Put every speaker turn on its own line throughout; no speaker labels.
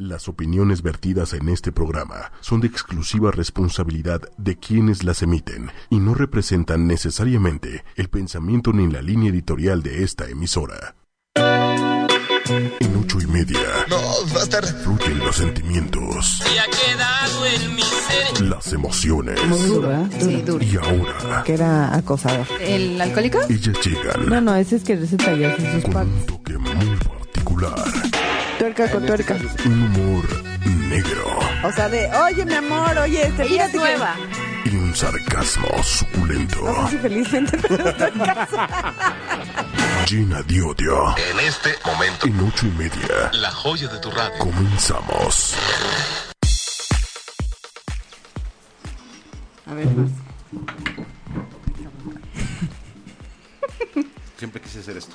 Las opiniones vertidas en este programa son de exclusiva responsabilidad de quienes las emiten y no representan necesariamente el pensamiento ni la línea editorial de esta emisora. En ocho y media
No, va a estar.
fluyen los sentimientos,
Y ha quedado en mi ser.
las emociones
Muy duro, ¿verdad?
Sí, duro.
y ahora
Que era acosador.
¿El alcohólico?
ellas
No,
llegan
no, ese es que se talló en sus
con un
patas.
toque muy particular,
Tuerca con tuerca.
un humor negro
O sea, de, oye, mi amor, oye, este
Ella es
fíjate que-
nueva.
y un sarcasmo suculento
No sé si felizmente, pero estoy casada.
llena de odio.
En este momento,
En ocho y media
la joya de tu radio.
comenzamos.
A ver, más.
Siempre quise hacer esto.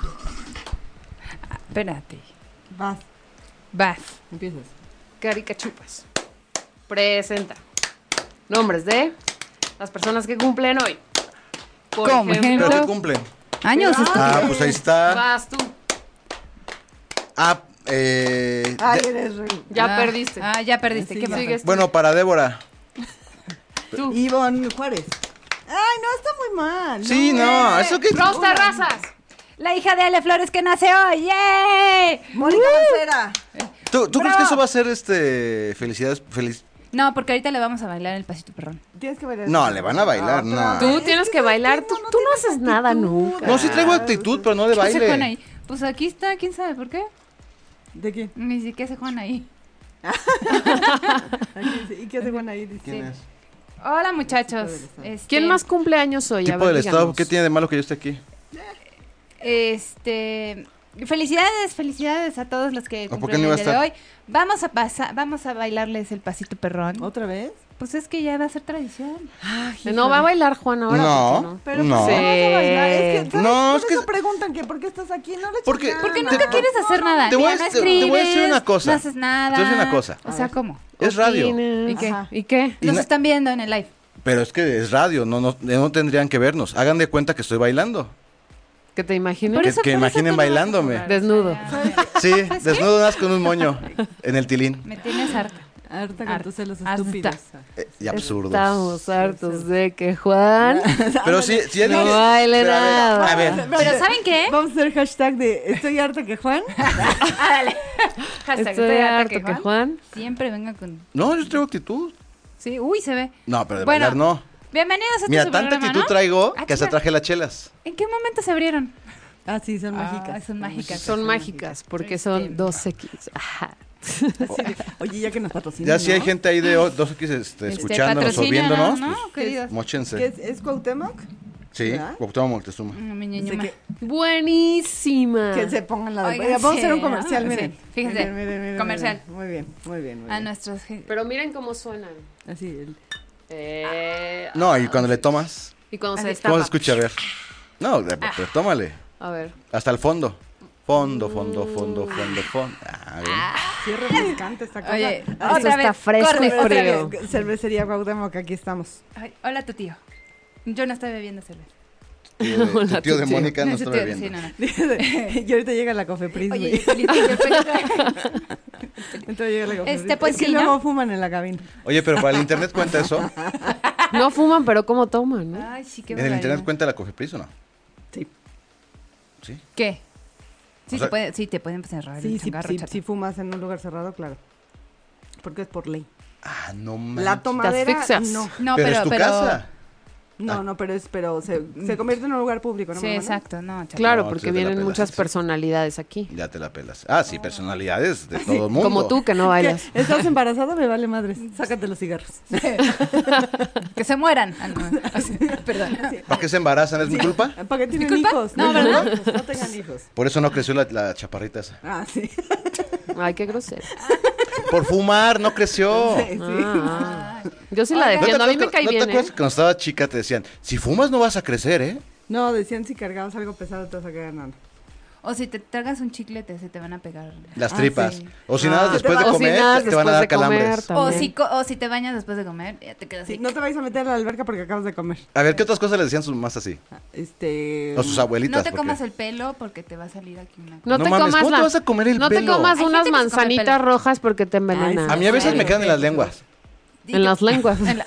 Espérate.
Vas,
Vas.
empiezas.
Carica chupas. Presenta. Nombres de las personas que cumplen hoy. Por
Como
ejemplo,
Pero que cumple.
Años
Ah, pues ahí está.
vas tú.
Ah, eh,
Ay,
de-
eres re...
Ya perdiste.
Ah, ya perdiste. ¿Qué
Sigues tú.
bueno, para Débora.
tú.
Ivonne Juárez. Ay, no, está muy mal.
Sí, no, eso que.
Ros Terrazas.
La hija de Ale Flores que nace hoy. ¡Yay!
Mónica Mancera.
¿Tú, tú crees
¡Bravo!
que eso va a ser este felicidades feliz?
No, porque ahorita le vamos a bailar el pasito perrón.
Tienes que bailar. Ah,
No, le van a bailar, no.
Tú tienes que bailar. Tú, tú no haces nada nunca.
No, sí traigo actitud, pero no de
¿Qué se juegan
baile.
ahí? Pues aquí está, quién sabe por qué.
¿De quién?
Ni siquiera se juegan ahí.
Ay, ¿quién se- ¿Y qué hace Juan ahí? Dice.
¿Quién es?
Hola, muchachos. Este,
¿Quién más cumple años hoy? A
Tipo
ver,
del estado,
díganos.
¿qué tiene de malo que yo esté aquí?
Este. Felicidades, felicidades a todos los que
¿O por
cumplen
qué no
el
iba a
día de hoy. Vamos a pasar, vamos a bailarles el pasito perrón.
¿Otra vez?
Pues es que ya va a ser tradición.
No va a bailar Juan ahora.
No.
¿por qué
Pero
No.
¿por qué vas a bailar? Es que, ¿sabes?
No,
Por
es que-
eso preguntan que por qué estás aquí. No le
Porque-
chingan.
Porque
Ah, Te-
nunca quieres hacer nada.
te voy
Mira,
a-
no
te- te voy a
escribes,
decir una cosa.
No haces nada.
Te voy a decir una cosa.
O sea, ¿cómo?
Es radio.
Opinas.
¿Y qué?
Ajá. ¿Y qué?
Y
Nos
na-
están viendo en el live.
Pero es que es radio, no, no, no tendrían que vernos. Hagan de cuenta que estoy bailando.
¿Que te imagines?
Por
Que-
eso-
que
por eso
imaginen
tú no vas a
bailándome.
cobrar.
Desnudo.
Ya,
Sí, desnudo nada más con un moño en el tilín.
Me tienes harta.
Harta
Harta.
con tus celos
Harta.
estúpidos.
Eh, y absurdo.
Estamos hartos de que Juan.
Pero sí, sí hay
No
alguien-
baile
pero
nada.
A ver, a ver,
Pero ¿saben qué?
Vamos a hacer hashtag de estoy harta que Juan.
Ándale. Hashtag
Estoy harto que Juan.
Siempre venga con...
No, yo traigo actitud.
Sí, uy, se ve.
No, pero de
Bueno,
bailar no.
Bienvenidos a
Mira,
este su
tanta
programa,
actitud
¿no?
traigo
Ah,
que hasta
chinga.
traje las chelas.
¿En qué momento se abrieron?
Ah, sí, son
Ah,
mágicas.
son mágicas.
Son mágicas porque son 12 Ajá.
Así de, Oye, ya que nos patrocinan.
Ya si hay
¿no?
gente ahí de o- 2X este,
Este,
escuchándonos o
patrocínanos,
viéndonos, pues.
¿no? Queridos.
¿Qué
mochense.
es, es Cuauhtémoc?
Sí,
¿verdad?
Cuauhtémoc Moctezuma.
Mm, mi
Dice
ñoñoma.
que,
Buenísima.
que se pongan la de.
Oigan,
Vamos a
sí,
hacer un
¿no?
comercial, miren.
Sí, fíjense,
Miren, miren, miren,
comercial. Ah,
miren. Muy bien, muy bien, muy
A
bien.
nuestros... gen-
Pero miren cómo suenan.
Así, el-
Eh,
No, y cuando le tomas,
Y cuando se
¿cómo
destapa.
se escucha? A ver. No, de-
Ah.
pero tómale.
A ver.
Hasta el fondo. Fondo, fondo,
Mm.
fondo, fondo, fondo. Ah, bien.
sí es refrescante esta cosa.
Oye,
Ah,
Esto está fresco
corre,
y
otra
frío.
vez.
Otra vez, cervecería Cuauhtémoc, aquí estamos.
Ay, hola, tu tío. Yo no estoy bebiendo cerveza.
Tío de-
Hola,
tu tío
tu
de
tío.
Mónica no
tu
está
tío,
bebiendo.
sí, no, no.
y ahorita llega la cofepris,
Oye,
güey.
y el pelito, y el pelito.
Entonces llega la cofepris.
Este, pues
es que
sí, ¿no?
luego fuman en la cabina.
Oye, pero para el internet cuenta eso.
No fuman, pero cómo toman,
Ah,
¿no?
Ay, sí, qué
¿En el
barbaridad.
internet cuenta la cofepris o no?
Sí.
Sí.
¿Qué? Sí,
O sea-
te puede, sí, te pueden encerrar
Sí,
el
sí,
changarro,
sí,
chato.
si fumas en un lugar cerrado, claro. Porque es por ley.
Ah, no manches.
La tomadera,
asfixias.
no.
No,
pero,
pero...
es tu
pero-
casa.
No, no, pero es, pero se, se convierte en un lugar público, ¿no?
Sí,
mamá, no?
exacto, no, chato.
Claro,
No,
porque
sí, te la
vienen
pelas,
muchas
sí.
personalidades aquí.
Ya te la pelas. Ah, sí, personalidades
Ah,
de todo el mundo.
Como tú que no bailas.
¿Qué? ¿Estás embarazada? Me vale madres. Sácate los cigarros.
Que se mueran. Ah, no. Perdón.
¿Para qué se embarazan? ¿Es mi culpa?
¿Para qué tienen
culpa?
hijos?
No,
tengan
¿verdad?
hijos, No tengan hijos.
Por eso no creció la, la chaparrita esa.
Ah, sí. Sí,
Ay, qué grosero.
Por fumar, no creció.
sí.
Ah, ah. yo sí la
Oigan.
¿No te
defiendo. A mí me
acuerdas-
cae
¿no te
bien, ¿eh?
acuerdas que cuando estaba chica te decían, si fumas no vas a crecer, eh?
No, decían si cargabas algo pesado te vas a quedar nada.
O si te tragas un chiclete, se te van a pegar.
Las
Ah,
tripas.
sí.
O si nada
Ah.
después de
O si
comer,
nadas
te, te van a dar
después de comer,
calambres.
también.
O si, co- o si te bañas después de comer, ya te quedas
Sí,
así.
no te vais a meter a la alberca porque acabas de comer.
A ver, ¿qué otras cosas le decían sus mamás así?
Este.
O sus abuelitas.
No te
porque-
comas el pelo porque te va a salir aquí una...
No,
No
te
mames,
comas
¿cómo
la-
te vas a comer el
No te
pelo?
comas
Hay gente que
unas
se come
manzanitas
pelo.
rojas porque te envenenan.
A mí a veces me quedan en las lenguas.
En las lenguas.
En la-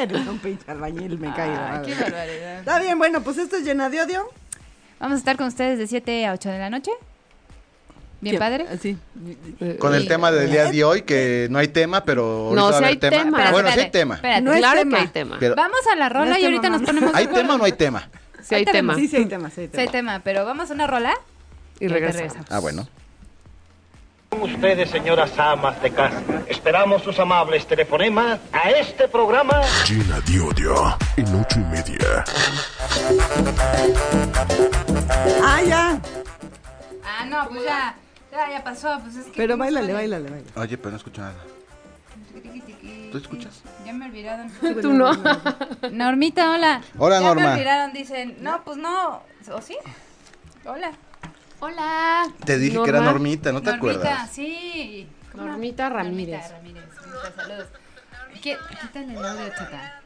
Eres un pinche albañil, me cae. la
Ay,
madre.
Ah, qué barbaridad.
Está bien, bueno, pues esto es llena de odio.
Vamos a estar con ustedes de 7 a 8 de la noche. Bien
Sí,
padre.
Ah, Sí.
Eh,
Con el
Sí.
tema del día de hoy, que no hay tema, pero ahorita
No,
va a
sí
haber
hay tema.
Bueno,
Espérate,
sí hay
espérate,
tema.
espérate.
No es
claro
tema.
que hay tema.
Pero-
Vamos a la rola
No es
y ahorita
tema,
nos
mamá.
ponemos... de
¿Hay
acuerdo.
tema o no hay tema?
Sí hay
ahorita
tema.
Sí, sí, hay tema, sí, hay
Sí hay
tema.
tema, pero vamos a una rola
Y regresa.
Ah, bueno.
Con ustedes, señoras amas de casa. Esperamos sus amables telefonemas a este programa.
Llena de odio. En ocho y media.
Ah, ya.
Ah, no, pues ya. Ya, ya pasó. Pues es que
Pero bailale, bailale, bailale.
Oye, pero no escucho nada.
¿Tú
¿Tú escuchas?
Ya me olvidaron.
Tú no.
Normita, hola.
Hola,
ya
Norma.
me olvidaron, dicen. No, pues no. ¿O sí? Hola.
Hola.
Te dije que era
Norma.
Normita, ¿no te
Normita,
acuerdas?
sí. ¿Cómo no?
Normita Ramírez.
Normita Ramírez. Normita, saludos. ¿Qué- Quítale el audio, chata.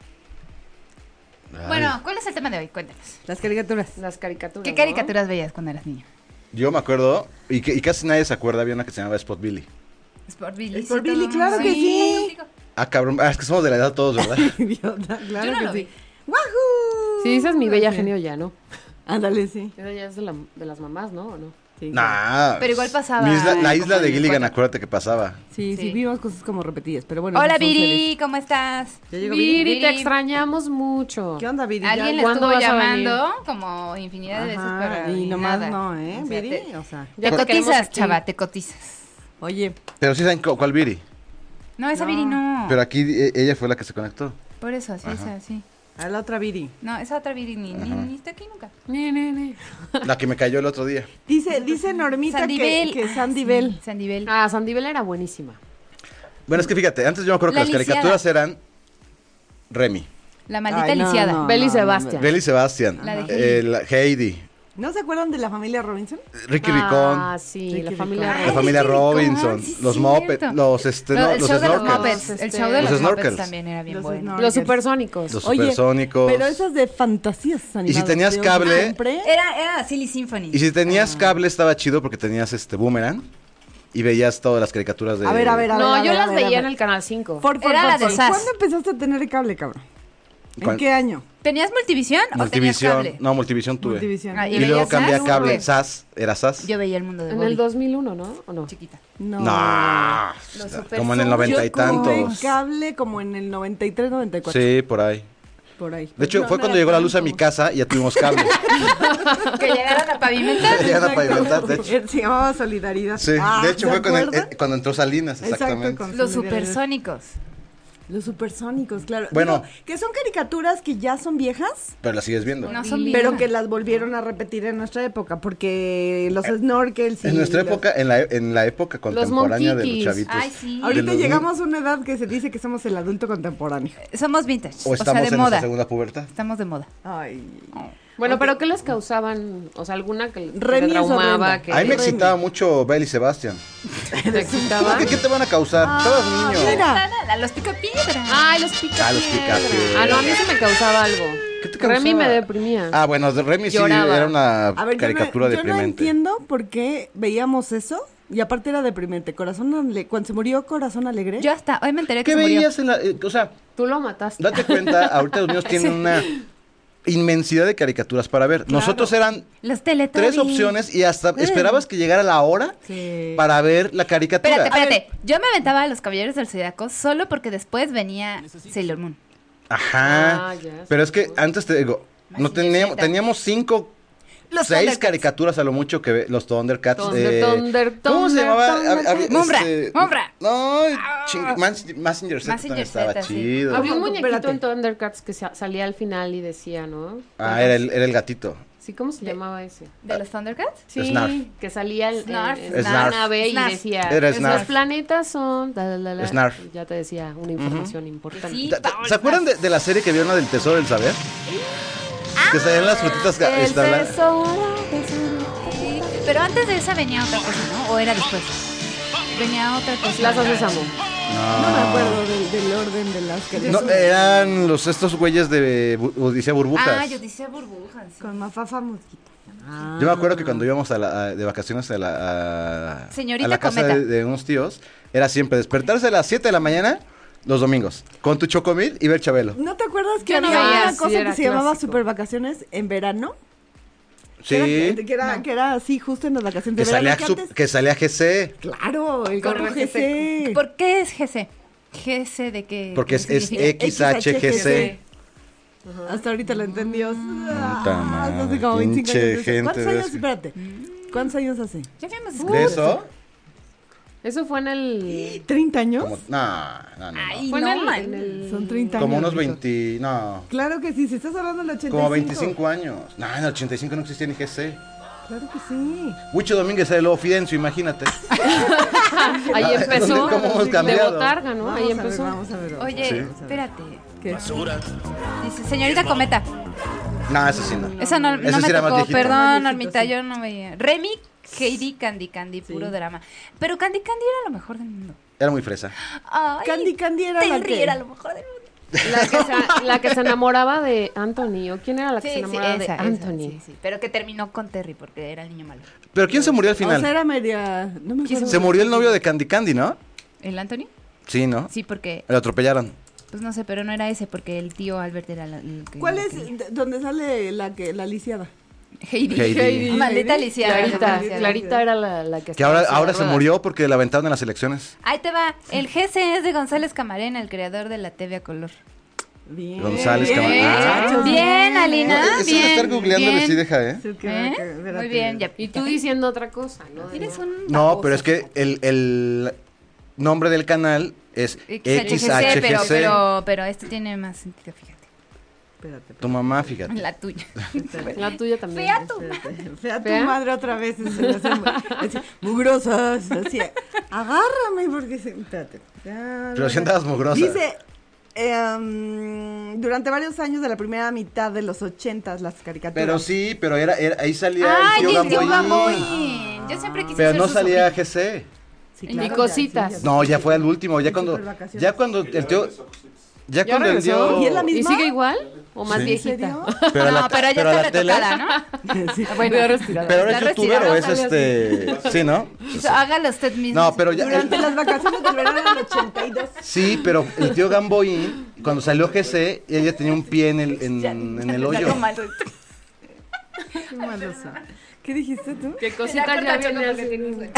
Bueno, ¿cuál es el tema de hoy? Cuéntanos.
Las caricaturas.
Las caricaturas.
¿Qué
¿no?
caricaturas veías cuando eras niño?
Yo me acuerdo, y, que- y casi nadie se acuerda, había una que se llamaba Spot Billy.
Sport Billy.
Sport
sí,
Billy,
todo el
claro
mundo.
que sí.
Ah, cabrón, ah, es que somos de la edad todos, ¿verdad?
Idiota, claro
Yo no
que
lo
sí.
vi.
¡Wahoo!
Sí, esa es mi bella
Sí.
genio ya, ¿no?
Ándale, sí.
Esa ya es de, la- de las mamás, ¿no? ¿O no?
sí claro.
Nah.
Pero igual pasaba
Mi isla- la
en
isla de
Comedy
Gilligan,
Cuatro.
acuérdate que pasaba.
Sí, sí,
Sí.
vimos cosas como repetidas, pero bueno.
Hola,
esos son seres.
Viri, ¿cómo estás?
Ya llegó Viri.
Viri, te
Viri.
extrañamos mucho.
¿Qué onda, Viri?
Alguien le
Ya-
¿Cuándo
estuvo
vas a
llamando como infinidad de veces
Ajá,
para
y nomás
nada.
no, ¿eh?
O sea,
Viri,
te-
o sea.
Ya
Te
te queremos
cotizas,
aquí.
chava, te cotizas.
Oye,
Pero sí saben cu- cuál Viri.
No, esa Viri no.
Pero aquí eh, ella fue la que se conectó.
Por eso, así, es así.
a la otra Viri.
No, esa otra Viri ni, ni, ni está aquí nunca.
Ni, ni, ni.
La que me cayó el otro día.
Dice, dice Normita que,
Sandibel.
que
ah,
Sandy
sí,
Bell.
Sandibel.
Ah, Sandibel era buenísima.
Bueno, es que fíjate, antes yo me acuerdo que
La
las
lisiada.
caricaturas eran Remy,
La maldita
Ay, no,
lisiada.
Ah, no.
Beli Sebastián.
Bell y Sebastián,
La de
eh, la- Heidi,
¿No se acuerdan de la familia Robinson?
Ricky
Ah,
Ricón,
sí,
Ricky
la
Ricón.
familia
Ay,
la familia
Ricky
Robinson,
Ricón, sí,
los
cierto.
Muppets, los, este,
Pero
no,
el
los
show de los
Snorkels,
Muppets. El
Este,
show de
los
los,
snorkels.
Muppets también era bien
Los
bueno.
snorkels.
Los supersónicos.
los
Oye,
supersónicos.
Pero esas de fantasías animadas.
tenías
de un
cable-
hombre.
Era, era la Silly Symphony.
Y si tenías cable estaba chido porque tenías este Boomerang y veías todas las caricaturas de...
A ver, a ver, a ver. a
No,
ver,
yo
a
las
ver, a
veía en
ver.
el Canal 5.
For, for,
Era
for,
la de
for.
Sass.
¿Cuándo empezaste a tener cable, cabrón? ¿En
¿Cuál?
qué año?
¿Tenías multivisión, o
Multivisión,
tenías cable?
no, Multivisión tuve.
Multivisión.
Ah,
Y,
veías
luego cambié a
Sass?
cable, SAS, era SAS.
Yo veía el mundo de
En
Bobby.
el 2001, ¿no? ¿O no?
Chiquita.
No.
No, como en el noventa y
Yo tuve
tantos.
cable como en el 93, 94.
Sí, por ahí.
Por ahí.
De hecho, fue cuando llegó la luz a mi casa y ya tuvimos cable.
Que llegaron a pavimentar.
Ya era para inventar, de hecho.
Se llamaba Solidaridad.
Sí,
Ah,
de hecho
¿se
fue cuando,
acuerdan?
eh, cuando entró Salinas,
Exacto,
exactamente.
con-
Los supersónicos.
Los supersónicos, claro.
Bueno.
Digo, que son caricaturas que ya son viejas,
Pero la sigues viendo.
No son
pero
bien.
que las volvieron a repetir en nuestra época, porque los snorkels. y
Eh, en nuestra
los-
época, en la, en la época contemporánea de los
monquiquis.
chavitos.
Ay, sí.
de
Ahorita
los-
llegamos a una edad que se dice que somos el adulto contemporáneo.
Somos vintage.
O
O, sea,
estamos
de
en nuestra
moda.
segunda pubertad.
Estamos de moda.
Ay.
Bueno, pero ¿qué les causaban? O sea, alguna que que
Remy
te
es
traumaba,
horrenda.
que
A mí me
Remy.
excitaba mucho Bell y Sebastián.
te
¿Ah?
excitaba.
¿Qué, qué te van a causar? Estabas niño.
Mira.
La, la, los pico piedra.
Ay, los pica
Ah, los
piedra.
picapiedra.
Ah, no, a mí se me causaba algo.
¿Qué te
Remy
causaba?
me deprimía.
Ah, bueno, de Remy sí
Lloraba.
era una
A ver, yo no-
caricatura
yo, no,
deprimente.
entiendo por qué veíamos eso. Y aparte era deprimente. Corazón ale- cuando se murió Corazón Alegre.
Yo hasta hoy me enteré que
¿Qué
se murió.
veías en la.? eh, o sea,
Tú lo mataste.
date cuenta, ahorita los niños tienen una inmensidad de caricaturas para ver. Nosotros eran
Los
tres
teletubbies.
opciones y hasta esperabas que llegara la hora
Mm. Sí.
para ver la caricatura.
Espérate, espérate. Yo me aventaba a los caballeros del zodiaco solo porque después venía Sailor Moon.
Ajá.
Ah, ya,
Pero es que antes te digo, no teníamos,
Imagínate.
teníamos cinco,
Los
seis
Thundercats.
caricaturas a lo mucho que ve- los Thundercats.
Thunder,
eh,
Thunder,
¿Cómo se
Thunder,
llamaba?
Thunder,
Había- este-
Mumbra, Mumbra.
No, ching- Mas- Mazinger Z también
Mazinger
estaba
Z, sí.
chido.
Había
Ojo,
un
tú,
muñequito
espérate.
en Thundercats que sa- salía al final y decía, ¿no?
Ah, era el, era el gatito.
Sí, ¿cómo
Eh,
se llamaba ese?
¿De los Thundercats?
Sí,
Snarf.
que salía el, eh,
Snarf.
en- en la
Snarf.
nave
Snarf.
y decía,
Era
los
Snarf.
planetas son... la, la, la, la".
Snarf.
Y Ya te decía una información importante.
Sí.
Ta- ta- ¿Se acuerdan de, de la serie que vio una del Tesoro del Saber? Que salían las frutitas ga-
El
esta, blan-
tesoro, tesoro.
Pero antes de esa venía otra cosa, ¿no? ¿O era después? Venía otra cosa.
Las haces amo.
No, me acuerdo del, del orden de las que
No, eh, eran los estos güeyes de Bu- Odisea Burbujas.
Ah, yo
yo,
decía burbujas. sí.
Con Mafafa Mosquito.
me acuerdo que cuando íbamos a la- a- de vacaciones a la, a,
Señorita
a la casa
Cometa.
de, de unos tíos, era siempre despertarse a las 7 de la mañana los domingos, con tu chocomil y ver Chabelo.
¿No te acuerdas que
Yo no
había
veía,
una
sí,
cosa
era
que se llamaba
clásico.
Super Vacaciones en verano?
Sí,
Que era,
que,
que era, que era así, justo en las vacaciones de verano.
salía,
que
su-
antes-
que salía GC,
Claro, el
Con
grupo
el GC.
GC.
¿Por qué es GC? GC de qué.
porque es,
qué
es
significa?
XHGC.
Hasta ahorita lo entendió.
Puta
Ah, hace
madre,
como 25
pinche
años.
gente
¿Cuántos
de
años?
ese.
Espérate. ¿Cuántos años hace?
Ya habíamos
¿De
escuchado
eso?
Eso fue en el.
¿30 años?
Eh, Como, no, no, no, no.
Ay,
Fue en
no,
el-
man.
en el-
Son 30
Como
años.
unos
Víctor.
20, no,
Claro que sí, si estás hablando del 85.
como 25 años. No, en el 85 no existía ni GC.
Claro que sí.
Huicho Domínguez era el nuevo Fidencio, imagínate.
Ahí
Ah,
empezó.
¿cómo hemos
de
cambiado?
botarga, ¿no? Ahí
Vamos a
empezó.
ver, vamos a ver. vamos
Oye,
a ver, vamos a ver.
espérate.
¿Qué?
Dice, señorita Cometa.
No, eso sí no.
Esa no,
Esa
no
sí
me
era más
tocó.
viejita.
Perdón,
Más viejita,
Normita,
sí.
yo no veía. Remy, Heidi, Candy, Candy, puro drama. Pero Candy, Candy era lo mejor del mundo.
Era muy fresa.
Ay,
Candy Candy era la
Terry
que-
era lo mejor del mundo.
La que, se, la que se enamoraba de Anthony. ¿O quién era la que se enamoraba de Anthony?
sí, sí. Pero que terminó con Terry porque era el niño malo.
Pero ¿quién se murió al
O sea,
final?
era media. No me acuerdo.
Se murió el novio de Candy Candy, ¿no?
¿El Anthony?
Sí, ¿no?
Sí, porque.
Lo atropellaron.
Pues no sé, pero no era ese porque el tío Albert era la- el que.
¿Cuál
la
es
que-
d- donde sale la que la lisiada?
Heidi.
Heidi. Heidi.
Maldita Alicia.
Clarita.
Maldita
Clarita era la, la que
Que ahora,
estaba
ahora se
encerrada.
murió porque la aventaron en las elecciones.
Ahí te va. El GC es de González Camarena, el creador de la TV a color.
Bien.
González Ah.
Bien,
Camarena.
muchachos,
Bien, Alina.
No, eso de
bien,
estar googleándole
bien.
sí deja, ¿eh?
Sí, que-
¿Eh?
que- espérate.
Muy bien, ya.
Y tú diciendo otra cosa, ¿no? De-
Eres un
No,
baboso.
pero es que el, el nombre del canal es
XHGC, Pero,
XHGC.
pero, pero este tiene más sentido, fíjate.
Espérate,
Tu mamá, fíjate.
La tuya.
La tuya también.
Fea tu
espérate. Fea tu
¿Fea?
madre otra vez. se me hace muy- así, mugrosas. Así, agárrame porque se. Espérate. Ya,
Pero
no,
si
no.
andabas mugrosa.
Dice. em, durante varios años de la primera mitad de los ochentas las caricaturas.
Pero sí, pero era, era- ahí salía
Ay,
el
el
tío
tío
Gamboín.
Gamboín. Yo siempre quise
Pero
ser
no
su
salía GC.
Sí,
Ni
claro, ya,
cositas.
sí, ya.
No, ya fue el último, ya cuando
supervacaciones.
ya cuando el tío ya
¿Ya
cuando el
regresó?
tío
¿Y es la misma?
sigue igual? ¿O más
Sí.
viejita?
a
sobrina.
la
no,
te-
pero ella
a
está
la tele-
retocada, ¿no?
Sí.
Bueno, ya retirada.
Pero eres
Está
youtuber o
retirada,
es este sí, ¿no?
O sea, Hágalo usted mismo.
No, pero ya
Durante
el-
las vacaciones del verano del 82.
Sí, pero el tío Gamboín cuando salió GC, ella tenía un pie en el en, en el hoyo.
Algo malo.
Qué malos son. ¿Qué dijiste tú?
¿Qué cosita ya viene así?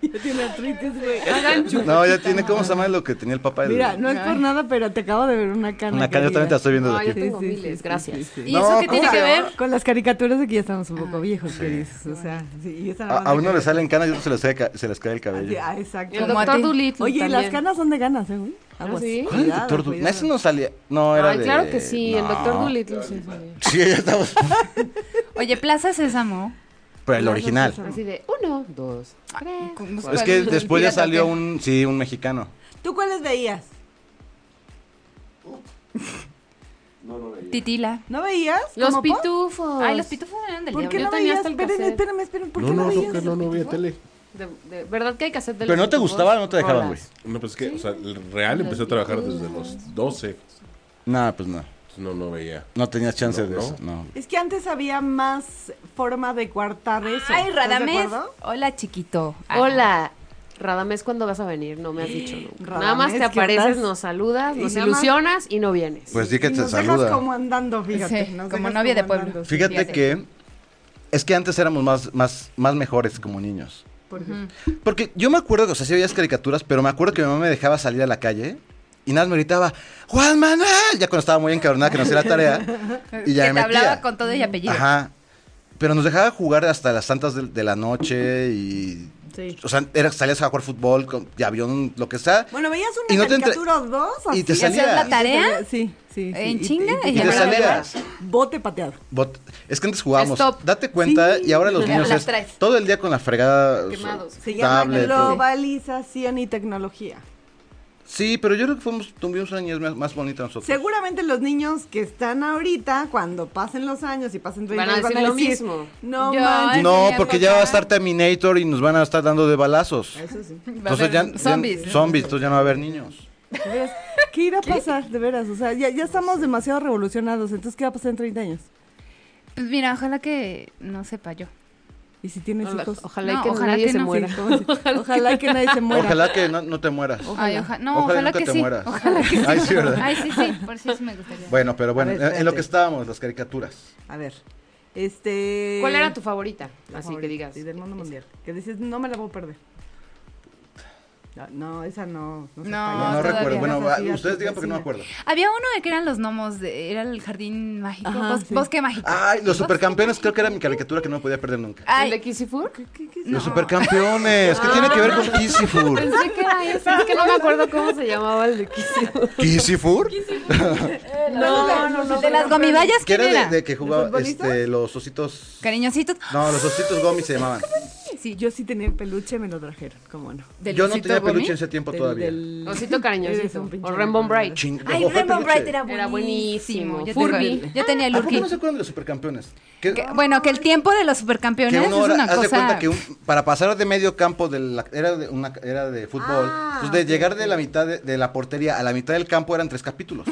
Yo tiene artritis, güey.
No, ya tiene cómo se llama lo que tenía el papá del-
Mira, no es por nada, pero te acabo de ver una cana.
Una cara, yo también te la estoy viendo de
No, yo
aquí.
tengo miles, gracias.
¿Y
No,
eso qué tiene
¿cómo?
que ver?
Con las caricaturas de que ya estamos un poco viejos, queridos. O sea, sí, y esa
A,
banda
a uno
que-
le salen canas y a otro se les cae, ca- se les cae
Ah,
el
sí,
cabello.
ah,
El
exacto.
Como a
doctor
ti.
Dolittle
Oye, y las
también. Ah,
canas son de ganas, ¿eh, güey? Aguas.
sí?
¿Cuál era Ah, el
Cuidado,
doctor Du-
cuidado.
Ese no salía, no era
Ay,
de
claro que sí, el
no.
doctor Dolittle. sí, sí.
Sí, ya estamos.
Oye, Plaza Sésamo.
Pero el original.
Así de uno, dos, tres.
Es que después ya salió un, sí, un mexicano.
¿Tú cuáles veías?
Titila.
¿No veías?
Los
¿Como Pop?
pitufos.
Ay, los pitufos eran del
¿Por qué
Yo
diablo.
no
tenía
veías?
hasta el
Espérenme,
cassette.
espérenme, espérenme. ¿Por
No,
qué no
no,
veías?
no, no, no veía tele.
De, de- ¿Verdad que hay cassette de
Pero
los
no te
pitufos?
gustaba, no te dejaban, güey.
Rolas.
No, pues es que, o sea, el real empecé a trabajar desde los 12.
No, pues no.
No, no veía.
No tenías chance de
No,
eso. No.
Es que antes había más forma de coartar eso. ¿Estás
Ay,
de
Radamés.
acuerdo?
Hola, chiquito. Ah.
Hola. Radamés, ¿cuándo vas a venir? No me has dicho nunca. nada
Radamés,
más
¿qué
te apareces,
estás?
nos saludas,
Y
nos
nada más-
ilusionas y no vienes.
Pues sí que
Y
te
nos
saluda.
dejas como andando, fíjate.
Sí,
nos
como
dejas
novia de pueblo.
andando.
Fíjate,
Fíjate.
que es que antes éramos más, más, más mejores como niños. Porque yo me acuerdo que, o sea, sí veías caricaturas, pero me acuerdo que mi mamá me dejaba salir a la calle y nada más me gritaba, ¡Juan Manuel! Ya cuando estaba muy encabronada que no hacía la tarea. Y ya
que
me
te
metía.
hablaba con todo y apellido.
Ajá. Pero nos dejaba jugar hasta las tantas de, de la noche y.
Sí.
O sea, era, salías a jugar fútbol, con, y avión, lo que sea.
Bueno, veías
Y
una
no te entre-
caricatura o dos así.
y te
así,
salías.
¿Hacías la
y te
tarea?
salía- Sí, sí. sí,
¿En
y-
chinga?
Y,
Y te
Ya.
salías.
Bote pateado.
Bot- es que antes jugábamos.
Stop.
Date cuenta, y ahora los
Ya,
niños
las
es
traes.
todo el día con la fregada.
Quemados.
su-
Se llama
tablet,
globalización y tecnología.
Sí, pero yo creo que fuimos, tuvimos una niñez más, más bonita nosotros.
Seguramente los niños que están ahorita, cuando pasen los años y pasen 30
Van a
años,
decir lo mismo.
No
Yo-
manches.
No,
Ay,
porque
mi
ya va a
época.
estar Terminator y nos van a estar dando de balazos.
Eso sí.
Va a
Entonces
haber
ya, ya-
zombies. ¿no?
zombies, entonces ya no va a haber niños.
De veras, ¿Qué irá a pasar? De veras, o sea, ya, ya estamos demasiado revolucionados. Entonces, ¿qué va a pasar en 30 años?
Pues mira, ojalá que no sepa yo.
Y si tienes
Ojalá,
hijos.
ojalá
No,
que
ojalá
nadie
que
se
no, sí,
muera.
¿Cómo se- Ojalá que nadie se muera.
Ojalá que no, no te mueras.
Ay, oja- no,
Ojalá
ojalá,
nunca
que
te
sí.
mueras.
Ojalá que sí.
Ay, sí, ¿verdad?
Ay, sí, sí, por sí, sí me gustaría.
Bueno, pero bueno,
A ver,
en- en lo
espérate.
que estábamos, las caricaturas.
A ver, este.
¿Cuál era tu favorita?
La
Así que
favorita,
digas.
sí, del mundo mundial. Que dices, no me la puedo perder. No, no, esa no. No, se
No,
No,
falla.
no
todavía
recuerdo.
no
Bueno,
Así a
va-
tu
ustedes digan porque no me
vecina.
acuerdo.
Había uno de que eran los gnomos, de- era el jardín mágico,
Ajá,
bos-
sí.
bosque mágico.
Ay, los supercampeones creo que era mi caricatura que no me podía perder nunca.
¿El de
Ay,
Kissifur?
¿Qué- qué es
Los supercampeones, ¿qué tiene que ver con Kissifur?
Pensé que era ese, es que no me acuerdo cómo se llamaba el de
¿Kissifur?
Kissifur. No, no, no.
de las gomibayas,
Que
¿quién
era
era?
de, de que jugaba
futbolistas?
este, los ositos.
Cariñositos.
No, los ositos Gomi se llamaban.
Sí, yo sí tenía peluche, me lo trajeron, cómo no.
¿Del
Yo no
osito
tenía peluche
Gomi?
en ese tiempo
Del-
todavía.
del-
Osito
Eres
cariñosito.
un pinche
O Rainbow
recordador.
Bright.
Ching-
Ay,
ojo,
Rainbow
peluche.
Bright era
Era buenísimo.
buenísimo. Yo tengo
Furby.
el- Yo tenía el
¿A poco
Urki.
no se acuerdan de los supercampeones? Que,
Que- Bueno, que el tiempo de los
que
supercampeones
uno
es
era,
una
haz de cuenta
cosa.
que un- para pasar de medio campo de la- era de una era de fútbol,
Ah,
entonces de llegar de la mitad de, de la portería a la mitad del campo eran tres capítulos.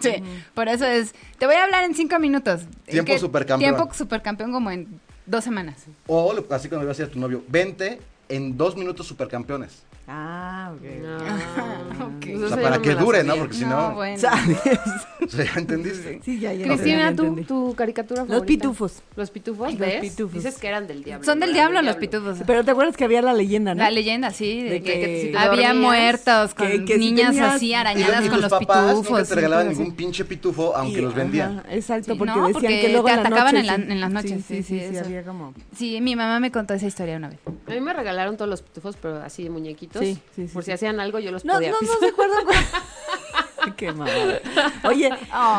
Sí, por eso es. Te voy a hablar en cinco minutos.
Tiempo
Que-
supercampeón.
Tiempo supercampeón como en dos semanas.
o lo- así como le iba a decir a tu novio, vente en dos minutos supercampeones.
Ah, ok.
Ok.
Pues
O sea,
esa yo
para
no
que
me la
dure,
sabía.
¿no? Porque si
No,
no,
bueno.
o sea, ya entendiste.
Sí, ya, ya.
Cristina,
ya
¿tú,
entendí.
tu caricatura favorita?
Los pitufos.
¿Los pitufos?
Los
¿Ves?
pitufos.
Dices que eran del diablo.
Son del
eran
diablo los pitufos.
Pero te acuerdas que había la leyenda, ¿no?
La leyenda, sí, de,
De
que,
que si
te
había
dormías,
muertos con
que- que si
niñas
tenías-
así
Y-
arañadas
y
con
tus
los
papás nunca
pitufos.
te regalaban
sí,
ningún pinche pitufo, aunque
Y-
los vendían.
ajá, exacto,
Sí,
porque
no,
decían
porque
que luego
te
en la
atacaban
noche,
en la-
sí.
en las noches, sí, sí, eso.
había como...
Sí, mi mamá me contó esa historia una vez.
A mí me regalaron todos los pitufos, pero así de muñequitos.
Sí, sí, sí,
Por si
sí.
hacían algo, yo los
No,
podía
no, no
pisar.
se acuerdan cuál- Qué mamada. Oye,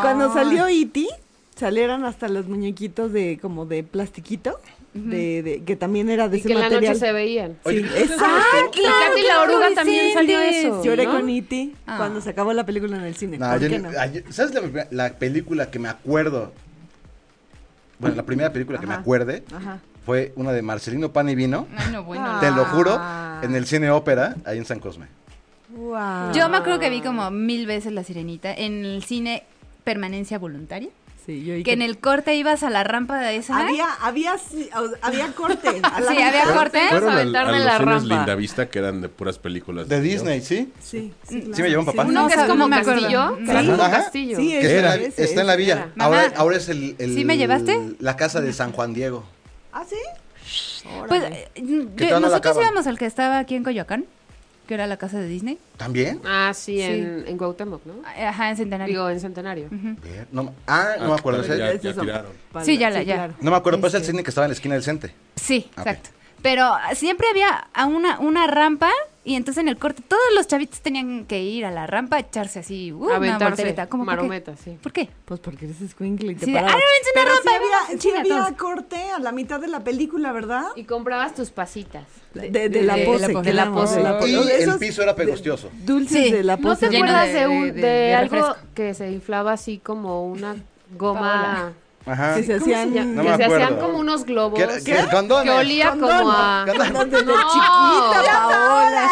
cuando salió E.T., salieron hasta los muñequitos de como de plastiquito, de, de- que también era de
Y
ese
que en la
material.
noche se veían.
Oye,
Sí,
¿ustedes les
exacto.
gustó?
Y Katy la oruga también salió eso.
Lloré
¿no?
con E.T.
Ah.
cuando se acabó la película en el cine.
No,
¿Por
yo
qué
ni-
no?
ay, ¿Sabes la, primera- la película que me acuerdo? Bueno, la primera película que me
Ajá.
acuerde
Ajá.
fue una de Marcelino Pan y Vino.
Ay, no, bueno.
Te lo juro,
Ah.
en el cine ópera, ahí en San Cosme.
Wow.
Yo me acuerdo que vi como mil veces La Sirenita en el cine Permanencia Voluntaria.
Sí, yo y
Que en el corte ibas a la rampa de esa.
Había, había, sí, o- había corte. a la
Sí, había
mitad.
corte.
Vamos
Fueron
a
al-
aventarme
a
la
los cines
rampa.
Linda Vista que eran de puras películas.
Pues
De
niños.
Disney, ¿sí?
Sí, sí,
¿Sí me llevó papá?
No,
Uno que es
¿sabes?
como
No me acuerdo.
castillo.
Sí.
Es como
Ajá.
castillo.
Sí,
Que
Ese,
era-
ese,
está en la
ese
villa.
era.
Ahora,
Mamá,
ahora es el, el-
¿sí me llevaste?
La casa de San Juan Diego.
¿Ah, sí?
Pues
Órale.
eh, yo-
Que todavía no la
nosotros
acaban.
íbamos al que estaba aquí en Coyoacán, que era la casa de Disney.
¿También?
Ah, sí, en, en Cuauhtémoc, ¿no?
Ajá, en Centenario.
Digo, en Centenario.
Ver, no- ah, no me acuerdo.
claro,
ese-
ya-
Esos son
tiraron.
para-
Sí, ya la- ya.
No me acuerdo, pero es el
Este.
cine que estaba en la esquina del Cente.
Sí,
Ah, ok.
exacto. Pero ah, siempre había a una, una rampa y entonces en el corte todos los chavitos tenían que ir a la rampa a echarse así, uh, una
Aventarse.
voltereta. ¿Cómo, por qué?
Marometa, sí.
¿Por qué?
Pues porque eres escuincle y te
Sí, de,
parabas.
"Ah, no, vente una
Pero sí
rampa, vamos
había,
en
sí
chinga
había
todos".
corte a la mitad de la película, ¿verdad?
Y comprabas tus pasitas.
De, de la
de-
pose.
de la
que
pose.
llamamos de la
Y
pose.
el
Esos
piso era pegostioso.
Dulces
Sí.
de la
¿No
pose.
te
lleno
acuerdas
de-
de, un-
de-
de
de
algo
refresco.
que se inflaba así como una goma?
Ajá.
Que se hacían...
Que
No me
se
acuerdo.
hacían como unos globos.
Que era- ¿eh? que era condones.
Que olía como a...
Condones.
Cuando desde
No.
chiquita, Paola.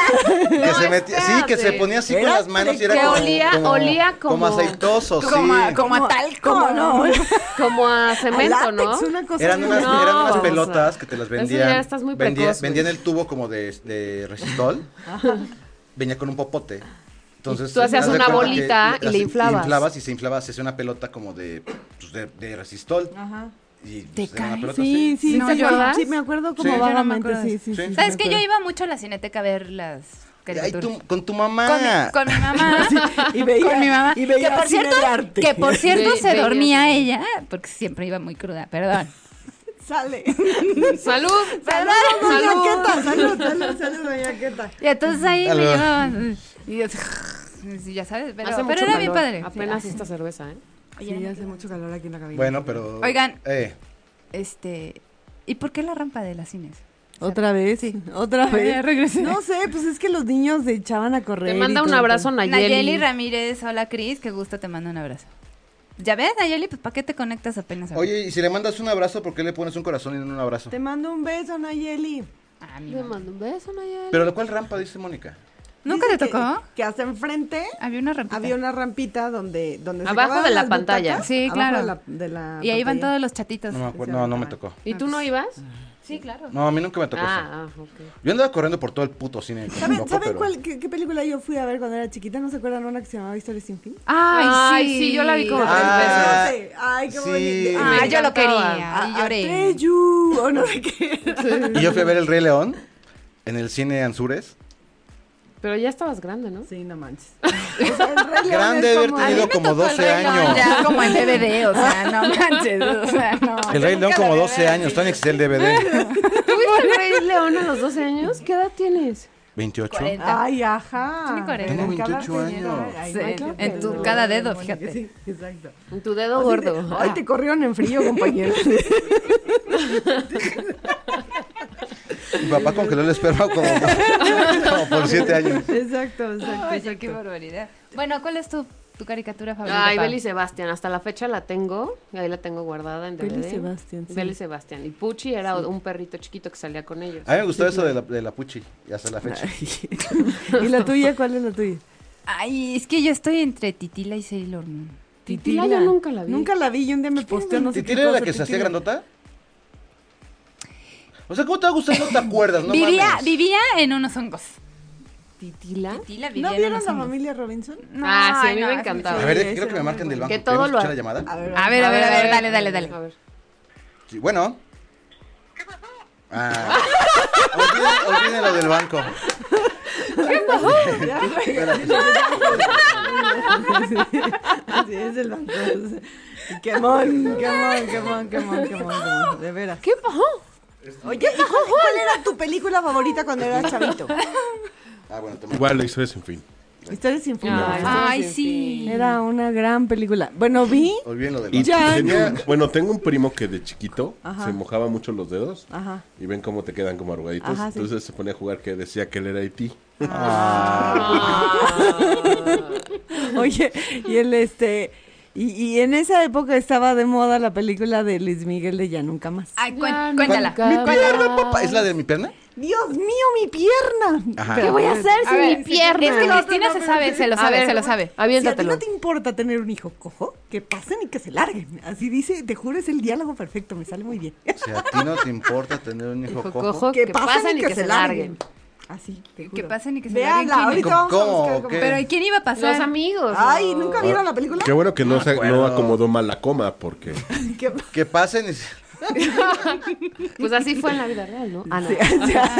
Que se metía, sí, que se
espérate.
ponía así con
Era
las manos y era
que
como,
olía-
como,
olía como-
aceitoso,
Como,
sí.
a, como a talco.
¿Cómo no?
Como a cemento, ¿no?
Látex, una cosa
Eran
bien
unas,
No,
eran unas
vamos
pelotas
a-
que te las
Eso ya
vendían.
estás muy
vendía-
precoz, güey.
vendían el tubo como de, de resistol. venía con un popote. Entonces,
Y tú hacías
haz de
una
cuenta que
bolita y
las-
le inflabas.
inflabas y se inflaba, se hacía una pelota como de, pues, de, de resistol.
Ajá.
Y
¿Te
pues, era una
caes?
pelota
Sí,
así.
sí,
No,
sí,
yo-
me- sí, me acuerdo como
Sí. Yo no me
vagamente,
acuerdo de
sí,
eso.
sí, sí.
Sí.
¿Sabes
me
que yo
acuerdo.
iba mucho a la cineteca a ver las
Ay,
caricaturas?
tú- con tu mamá.
Con, mi, con mi mamá.
Y veía-
con mi mamá.
y veía
que por
cine
cierto,
de arte.
que por cierto
Ve-
se
veía
dormía
cine.
ella, porque siempre iba muy cruda, perdón.
Sale.
¡Salud!
Perdón.
Doña Queta, salud, salud, salud, doña Queta.
Y entonces ahí me
Algo.
llevaban. Y yo, sí, ya sabes, pero,
Hace
pero
mucho
era bien
calor.
padre.
Apenas
Sí.
esta cerveza, ¿eh?
Sí, hace mucho calor aquí en la cabina.
Bueno, pero.
Oigan.
Eh,
Este. ¿Y por qué la rampa de las cines?
¿Otra vez? Sí. ¿Otra vez?
Ya regresé.
No sé, pues es que los niños se echaban a correr.
Te manda
y
un
todo.
abrazo Nayeli.
Nayeli Ramírez, hola Cris, qué gusto, te mando un abrazo. Ya ves, Nayeli, pues ¿para qué te conectas apenas? ahorita?
Oye, y si le mandas un abrazo, ¿por qué le pones un corazón y no un abrazo?
Te mando un beso, Nayeli.
Ah, mi
Le
mamá.
mando un beso, Nayeli.
Pero lo cual rampa, dice Mónica.
¿Nunca te
Dice que-
tocó?
Que, hasta enfrente
Había una rampita.
había una rampita donde... donde se
Abajo
acababan
de la
las
pantalla.
butacas,
Sí,
abajo
claro.
de la- de la
Y ahí van
pantalla.
todos los chatitos. Ah,
No me acuerdo, no, no me tocó.
¿Y tú no ibas? Ah, Sí, claro.
No, a mí nunca me tocó eso.
Ah, ah, ok.
Yo andaba corriendo por todo el puto cine. como
¿Saben,
loco,
¿saben
pero-
cuál, qué, qué película yo fui a ver cuando era chiquita? ¿No se acuerdan una que se llamaba Historia sin fin?
Ay,
Ay,
sí.
sí, yo la vi como
Ah,
tres veces.
Espérate. Ay, qué
sí.
bonito.
Ah,
Me
yo lo
encantaba.
quería. Y
A-
lloré.
Atreyu, o no sé qué.
Y yo fui a ver El Rey León en el cine Anzures.
Pero ya estabas grande, ¿no?
Sí, no manches. O sea, el Rey León
Grande
es
haber
como-
tenido como 12 años.
Ya, como en DVD, o sea, no manches, o sea, no.
El Rey León como 12 años, está en Excel DVD.
¿Tuviste el Rey León a los 12 años? ¿Qué edad tienes?
28.
Ay, ajá.
Tiene cuarenta.
Tengo
En cada señora,
28 años.
ay,
Sí,
no, claro
en
que
tu-
no.
cada dedo,
Mónica,
fíjate.
Sí, exacto.
En tu dedo
Así de,
gordo.
Ay, te corrieron en frío, compañero.
Este Mi papá congeló el esperma como, como por 7 años.
exacto, exacto.
Ay, Pues, qué barbaridad. Bueno, ¿cuál es tu, tu caricatura favorita?
Ay,
Pau?
Beli Sebastián, hasta la fecha la tengo, y ahí la tengo guardada en DVD.
Beli Sebastián, sí.
Beli Sebastián. Y Puchi era un perrito chiquito que salía con ellos.
A mí me gustó eso de la, de la Puchi, y hasta la fecha.
¿Y la tuya? ¿Cuál es la tuya?
Ay, es que yo estoy entre Titila y Sailor Moon.
Titila yo nunca la vi.
Nunca la vi y un día me posteó, no sé qué
¿Titila era la
cosa,
que se hacía
Titila.
grandota? O sea, ¿cómo te va a gustar? No te acuerdas, no
vivía,
mames.
vivía en unos hongos.
¿Titila?
Titila vivía
¿No
en
vieron
unos
la
hongos.
familia Robinson?
No,
Ah, sí, a mí
no,
me
es
encantaba.
A
Sí,
ver,
ese
creo que
era
me marcan
muy
del
bueno.
banco.
Que todo
¿Queremos
lo-
escuchar la llamada?
A ver,
A ver, a ver, a ver, dale, dale,
A
dale.
ver.
Sí, bueno. Ah. Olviden, olviden lo del banco.
ya, güey. Así es el banco. Quemón, quemón, quemón, quemón, quemón, quemón, de veras.
¿Qué pasó?
Oye, ¿y cuál, cuál era tu película favorita cuando eras chavito?
Ah, bueno, toma.
Igual la historia sin fin.
Historias sin fin.
Ay,
Sin
sí.
Era una gran película. Bueno, vi.
Olviden lo del
Y
banco.
Ya.
tenía- bueno, tengo un primo que de chiquito
Ajá.
se mojaba mucho los dedos
Ajá.
y ven cómo te quedan como arrugaditos.
Ajá, sí.
Entonces se ponía a jugar que decía que él era E Haití.
Oye, y el este. Y, y en esa época estaba de moda la película de Luis Miguel de Ya Nunca Más.
Ay, cuen-
Ya
cuéntala.
nunca
Mi pierna,
más.
papá. ¿Es la de mi pierna?
Dios mío, mi pierna.
Ajá.
¿Qué voy a hacer
A
sin
ver,
mi
sí,
pierna?
Es
Este
que Cristina se sabe, se lo
A
sabe,
ver,
se lo sabe.
Si a ti
Aviéntatelo.
no te importa tener un hijo cojo, que pasen y que se larguen. Así dice, te juro, es el diálogo perfecto, me sale muy bien.
Si a ti no te importa tener un hijo
Hijo
cojo.
cojo, que, pasen y que, se larguen.
Así, te juro.
Que pasen y que se
Veanla,
larguen,
ahorita
¿quién?
vamos a
¿Cómo?
buscar
¿O
cómo-
qué?
Pero ¿y quién iba a pasar?
Los amigos.
Ay,
¿no?
¿nunca vieron la película?
Qué bueno que no, se-
acuerdo.
no acomodó mal la coma porque
Que-
Que pasen y se-
Pues así fue en la vida real, ¿no? Ah,
o
no.
sea,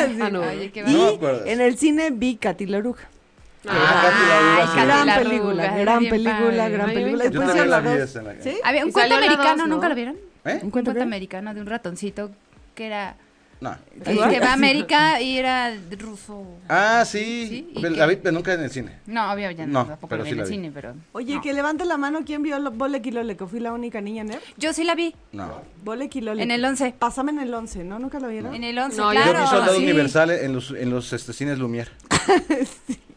sí.
Ah, no.
Oye, qué
Y
No me acuerdo.
en el cine vi Katy la Oruja.
Ah, Katy la Oruga, sí.
Katy la
gran
Oruga,
película,
era
gran
bien
película,
padre.
gran
Ay,
película.
yo
Yo
Después
también
hicieron
la
la
vi
dos.
esa en la-
¿Sí?
Había
Y
un cuento
salió la dos,
americano,
¿no?
¿nunca lo vieron?
¿Eh?
Un
cuento
cuento
qué?
americano de un ratoncito que era
No.
que, que va a América y era ruso.
Ah, sí.
Sí, ¿y
Pero
qué?
la vi, pero nunca en el cine.
No, obvio, ya
No,
no, tampoco
pero
lo vi
sí
en
la
el
vi.
cine, pero.
Oye,
no.
que levante la mano quién vio lo- Bole Quiloleco. Fui la única niña nerd.
Yo sí la vi
No.
Bole Quiloleco.
En el 11.
Pásame en el 11, ¿no? ¿Nunca lo vieron?
en el 11,
No, yo
claro.
Yo vi Soldado
sí.
Universal en los, en los este, cines Lumière.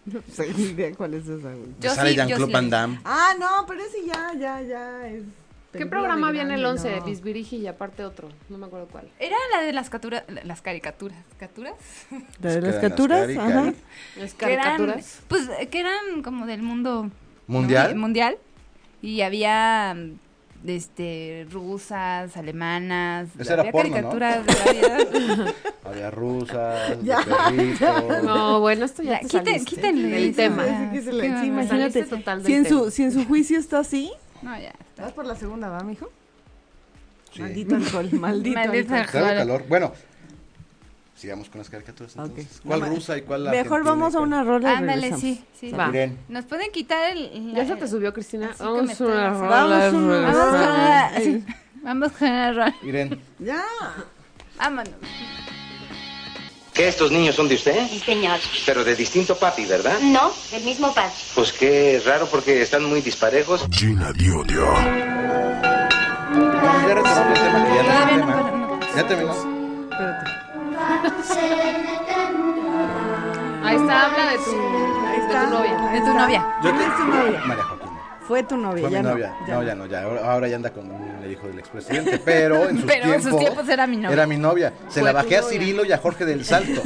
No sé ni idea cuál es esa. güey.
Yo
Sale
sí, yo
Jean-Claude
sí la
Van
vi.
Damme.
Ah, no, pero ese ya, ya, ya es...
¿Qué
película
programa
de
viene el
grande,
11?
no.
Bisbirigi y aparte otro. No me acuerdo cuál.
Era la de las capturas, las caricaturas, ¿caturas?
La de
Es que
las
eran las
caturas,
cari-
ajá.
cari-
¿Las
Que eran-
caricaturas?
pues eh, que eran como del mundo ¿no?
¿Mundial?
Eh, mundial y había mm, este rusas, alemanas,
Esa era
había
porno, ¿no?
caricaturas de variedad.
Había rusas, de
Ya.
perritos.
No, bueno, esto
Ya,
ya te
quiten-
saliste
quítenle
del
eso,
tema.
ya.
Sí, que se
Qué
la- sí,
barbaridad.
imagínate,
Saliste total del
si en, su,
tema.
si en su juicio está así,
No, ya. está.
vas por la segunda, ¿va, mijo?
Sí.
Maldito alcohol, maldito
Maldito
alcohol.
Traigo
Jala.
calor. Bueno, sigamos con las caricaturas
Ok.
entonces. ¿Cuál
No, ma-
rusa y cuál la
Mejor vamos a una rola y
Ándale,
regresamos.
sí, sí.
Va.
Miren.
Nos pueden quitar el
Ya
la-
se te subió, Cristina.
Así que me
Vamos a
estoy
una
haciendo-
rola
Vamos a una
de
Vamos con
regreso.
la- sí, Vamos con la rola.
Miren.
Ya.
Vámonos.
¿Que estos niños son de usted?
Sí, señor.
Pero de distinto papi, ¿verdad?
No, el mismo padre.
Pues qué raro porque están muy disparejos.
Gina Diodio,
Ya retomamos el tema, que ya no es
Todavía
el
no
tema.
puedo- no.
Ya terminó.
Espérate.
Ahí está, habla de tu, de tu novia.
De tu novia.
Yo
¿Quién es tu novia?
María Joaquina.
Fue tu novia,
Fue mi
ya no,
novia.
ya
no,
no.
ya no, ya. Ahora, ahora ya anda con el hijo del expresidente. Pero en sus
Pero en
tiempos.
sus tiempos era mi novia.
Era mi novia. Se
Fue
la
tu
bajé a
novia.
Cirilo y a Jorge del Salto.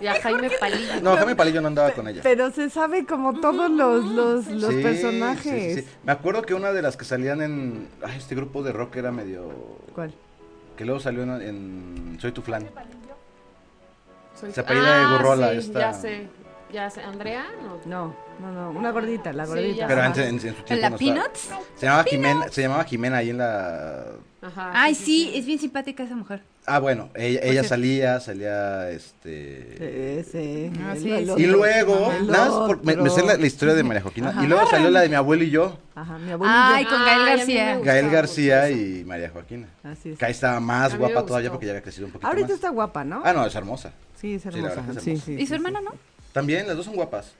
Y a Jaime Palillo.
No, Jaime Palillo no andaba con ella.
Pero se sabe como todos los, los, los
Sí,
personajes.
sí, sí, sí. Me acuerdo que una de las que salían en. Ay, este grupo de rock era medio.
¿Cuál?
Que luego salió en, en Soy tu flan.
Soy-
Se apellida de Gurrola,
Ah, sí,
esta.
Ya sé, ya sé. ¿Andrea? No.
No, no, no, una gordita, la
Sí,
gordita.
ya
Pero
Ajá.
antes, en, en su tiempo.
¿En la
no estaba.
Peanuts?
Se llamaba, Jimena, se llamaba Jimena ahí en la.
Ajá.
Ay, Ah, sí, es bien simpática esa mujer.
Ah, bueno, ella, ella salía, salía este.
Ese,
Ah,
el-
sí,
el
sí.
otro,
Y luego,
Eh, el
nada más por- me, me sé
otro.
la, la historia de María Joaquina. Y luego salió la de mi abuelo y yo,
Ajá, mi abuelita.
Ay, con Gael
Ay, a mí me
García.
gusta.
Gael
mucho
García
eso.
y María Joaquina.
Así es.
Que ahí estaba
A
más
mí me
guapa todavía
gustó.
porque ya había crecido un poquito
Ahorita
más.
está guapa, ¿no?
Ah, no, es hermosa.
Sí, es
sí, la
hermosa.
verdad que es
Sí,
hermosa.
sí,
¿Y
sí,
su hermana no?
También, las dos son guapas.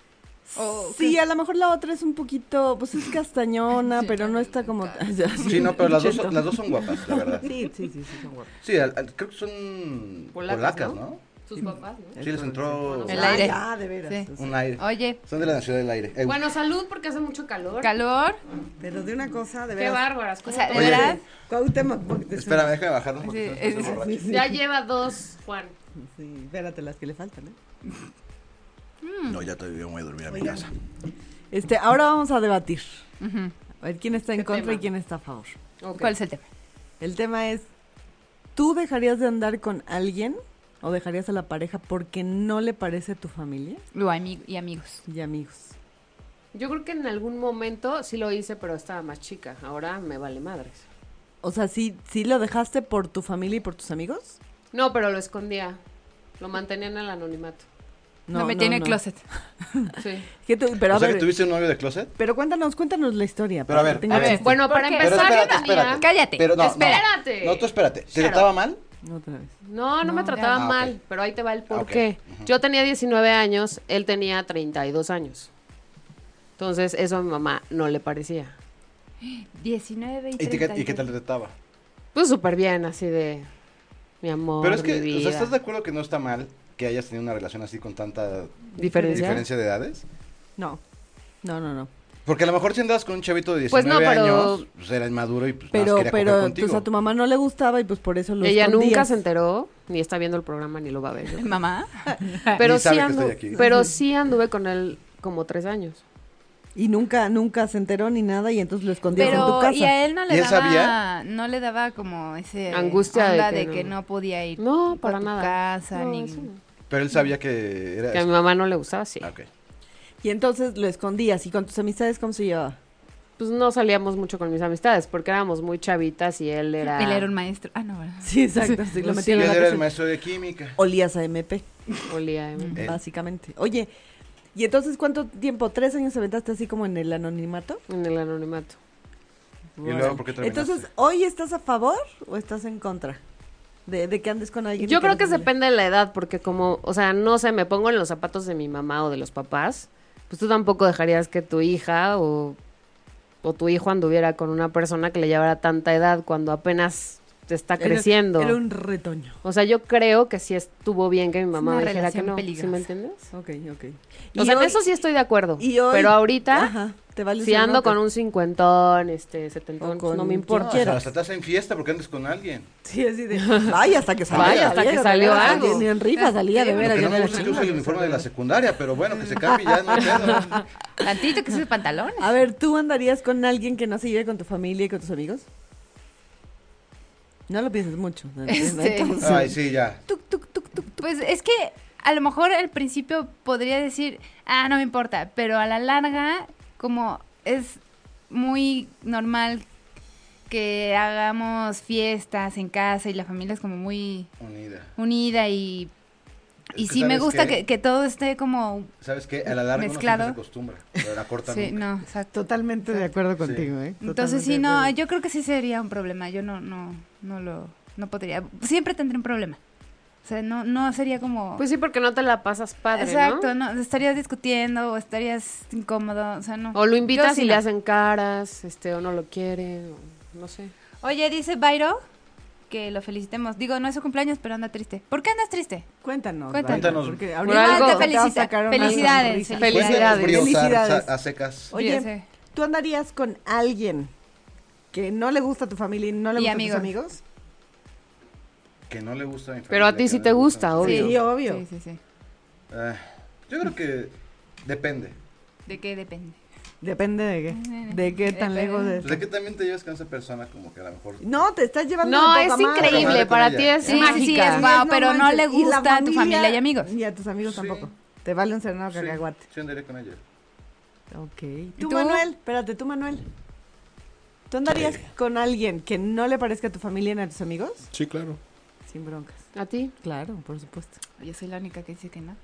Oh,
Sí, a lo mejor la otra es un poquito, pues es castañona, pero no está como...
Sí, no, pero las dos, son- las dos son guapas, la verdad.
Sí, sí, sí, sí, son guapas.
Sí, al- al- creo que son
Polacas,
polacas,
¿no?
¿no?
Sus papás, ¿no?
Sí, les entró
El aire.
Ah, de veras.
Sí.
o sea,
un aire.
Oye,
Son de la ciudad del aire. Eh,
Bueno, salud porque hace mucho calor.
calor.
Pero de una cosa, de
Qué
veras.
bárbaras.
O
¿cómo
sea, de
toman?
verdad.
Cuauhtémoc, porque te-
espérame, déjame bajarnos
Sí,
porque
es-
son- son borrachos.
Ya lleva dos, Juan.
Sí, espérate las que le faltan, ¿eh?
No, ya todavía voy a dormir a mi casa.
Este, ahora vamos a debatir. A ver quién está en
¿Qué
contra
tema?
y quién está a favor.
Ok.
¿Cuál es el tema?
El tema es, ¿tú dejarías de andar con alguien o dejarías a la pareja porque no le parece tu familia
Lo ami- y amigos.
y amigos?
Yo creo que en algún momento sí lo hice, pero estaba más chica. Ahora me vale madres.
O sea, ¿sí, sí lo dejaste por tu familia y por tus amigos?
No, pero lo escondía. Lo mantenía en el anonimato.
No, me tiene closet.
Sí.
¿Qué tú- pero a
o sea,
ver,
que tuviste un novio de closet.
pero cuéntanos, cuéntanos la historia.
Pero a
para
ver,
que tenga
a ver.
chiste.
Bueno, para
qué?
empezar,
Pero espérate,
yo
espérate.
tenía-
Cállate.
Pero no, no.
Espérate.
No, tú espérate. ¿Te
Claro.
trataba mal?
Otra vez.
No, no, me trataba
Ah, ok. Ah,
mal, pero ahí te va el por
Ok,
qué. Yo tenía 19 años, él tenía 32 años. Entonces, eso a mi mamá no le parecía.
19 y
¿Y, te-
30.
y qué tal te trataba?
Pues súper bien, así de mi amor.
Pero es que,
mi
o sea,
vida.
¿estás de acuerdo que no está mal que hayas tenido una relación así con tanta
¿Diferencia?
diferencia de edades?
No, no, no, no.
Porque a lo mejor si andabas con un chavito de 19
Pues no, pero-
años, pues era inmaduro y pues nada más
Pero,
quería coger
pero,
contigo.
pues a tu mamá no le gustaba y pues por eso lo
Ella nunca
escondías.
se enteró, ni está viendo el programa, ni lo va a ver. yo creo.
Mamá.
Pero,
Ni sabe
sí,
que
andu-
estoy aquí.
pero sí anduve con él como tres años.
Y nunca, nunca se enteró ni nada y entonces lo escondías en tu
Pero
casa.
y a él no
¿Y
le
él
daba
sabía?
no le daba como ese
Angustia de
onda
que
de,
no.
que, no podía ir
No,
a
para
tu
nada.
casa
No,
ni
eso no.
Pero él sabía que era...
Que a mi mamá no le gustaba, sí.
Ah, ok.
Y entonces lo escondías. ¿Y con tus amistades cómo se llevaba?
Pues no salíamos mucho con mis amistades porque éramos muy chavitas y él era.
él era un maestro. Ah, no, ¿verdad?
Sí, exacto. Sí, lo
Pues
Y
metían
él
en la
era el
cárcel.
maestro de química.
Olías a MP,
olía, ¿eh?
Él.
básicamente. Oye, ¿y entonces cuánto tiempo? ¿Tres años aventaste así como en el anonimato?
En el anonimato.
¿Y luego por qué terminaste?
Entonces, ¿hoy estás a favor o estás en contra de, de que andes con alguien?
Yo
y
creo
no
que
te moleste?
depende de la edad, porque como, o sea, no sé, me pongo en los zapatos de mi mamá o de los papás, pues tú tampoco dejarías que tu hija o, o tu hijo anduviera con una persona que le llevara tanta edad cuando apenas te está
Era-
creciendo.
Era, un retoño.
O sea, yo creo que sí estuvo bien que mi mamá
una
me dijera que
relación
no. ¿Sí me
peligrosa.
entiendes?
Ok, ok.
O sea, en eso sí estoy de acuerdo.
y hoy-
pero ahorita,
Ajá, te vale
si
su
ando
bronca.
con un cincuentón, este, setentón,
O con
no me
quien
No,
importa.
o
quieras.
sea, hasta te hacen fiesta porque andas con alguien.
Sí, así de. Vaya, hasta que salió.
Vaya, hasta
de
que
veras,
salió
de veras,
algo.
Ni en rifa salía, de
Lo
veras. ya
que no
no
me
era
gusta es que usa el
chingo.
uniforme de la secundaria, pero bueno, que se cambie ya, no hay pedo.
Tantito que sus pantalones.
A ver, ¿tú andarías con alguien que no se lleve con tu familia y con tus amigos? No lo pienses mucho. ¿no?
Este.
Entonces,
Ay, sí, ya.
Tuc, tuc, tuc, tuc, tuc. Pues es que a lo mejor al principio podría decir, ah, no me importa, pero a la larga, como es muy normal que hagamos fiestas en casa y la familia es como muy
Unida.
unida y,
Es
y
que
sí me
¿sabes
gusta
qué?
que, que todo esté como...
¿Sabes qué? A la larga
Mezclado.
uno siempre se acostumbra, pero a la corta
Sí,
nunca.
no, exacto.
Totalmente de acuerdo contigo, ¿eh?
Entonces sí, no, yo creo que sí sería un problema. Yo no, no, no lo, no podría. Siempre tendría un problema. O sea, no, no sería como.
Pues sí, porque no te la pasas padre, ¿no?
exacto, ¿no? estarías discutiendo o estarías incómodo, o sea, no.
O lo
Yo
invitas
sí
y le
no.
hacen caras, este, o no lo quieren, o no sé.
Oye, dice Byro que lo felicitemos. Digo, no es su cumpleaños, pero anda triste. ¿Por qué andas triste?
Cuéntanos.
Cuéntanos.
Dana, porque
Por
ahorita te
te
algo.
vas a
felicita.
sacar una
Felicidades.
sonrisa.
Felicidades.
Felicidades.
Felicidades.
A secas.
Ya
Oye,
sé.
¿tú andarías con alguien que no le gusta a tu familia y no le
Y
gusta a tus
amigos.
amigos?
Que no le gusta mi familia,
Pero a ti
que
sí
no
te
le
gusta,
mi-
obvio.
Sí, obvio.
Sí, sí, sí.
Ah, yo creo que depende.
¿De qué depende?
Depende de qué. De qué tan
Depende.
lejos
Pues de
de...
que también te llevas con esa persona como que a lo mejor...
No, te estás llevando
No,
de
es
poca madre.
increíble.
Madre
Para
con
ti
ella.
es
Sí, sí,
mágica.
sí, es guau. pero no
manches.
le
Y la
gusta a tu familia y amigos.
Y a tus amigos
Sí.
tampoco. Te vale un serenado
Sí,
cacahuate.
sí andaría con ella.
Ok.
¿Y
¿Tú,
tú?
Manuel? Espérate, tú, Manuel. ¿Tú andarías con alguien que no le parezca a tu familia ni a tus amigos?
Sí, claro.
Sin broncas.
¿A ti?
Claro, por supuesto.
Yo soy la única que dice que no.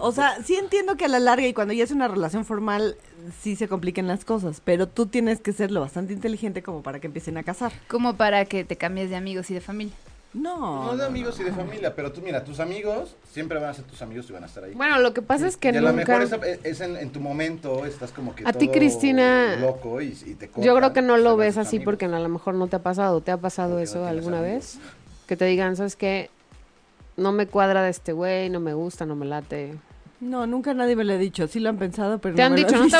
O sea, sí entiendo que a la larga y cuando ya es una relación formal, sí se compliquen las cosas, pero tú tienes que ser lo bastante inteligente como para que empiecen a casar.
Como para que te cambies de amigos y de familia.
No.
Pues, No de amigos y de familia, pero tú mira, tus amigos siempre van a ser tus amigos y van a estar ahí.
Bueno, lo que pasa es que
y a lo
nunca.
mejor esa- eh, es, en, en tu momento, estás como que
A ti,
todo
Cristina,
loco y, y te
Yo creo
cortan,
que no
se
lo
van
ves
tus
así
amigos.
porque a lo mejor no te ha pasado. ¿Te ha pasado
Porque no
eso
tienes
alguna
amigos.
vez? Que te digan, ¿sabes qué? No me cuadra de este güey, no me gusta, no me late.
No, nunca nadie me lo ha dicho. Sí lo han pensado, pero
Te
no
han
me lo
dicho,
han
no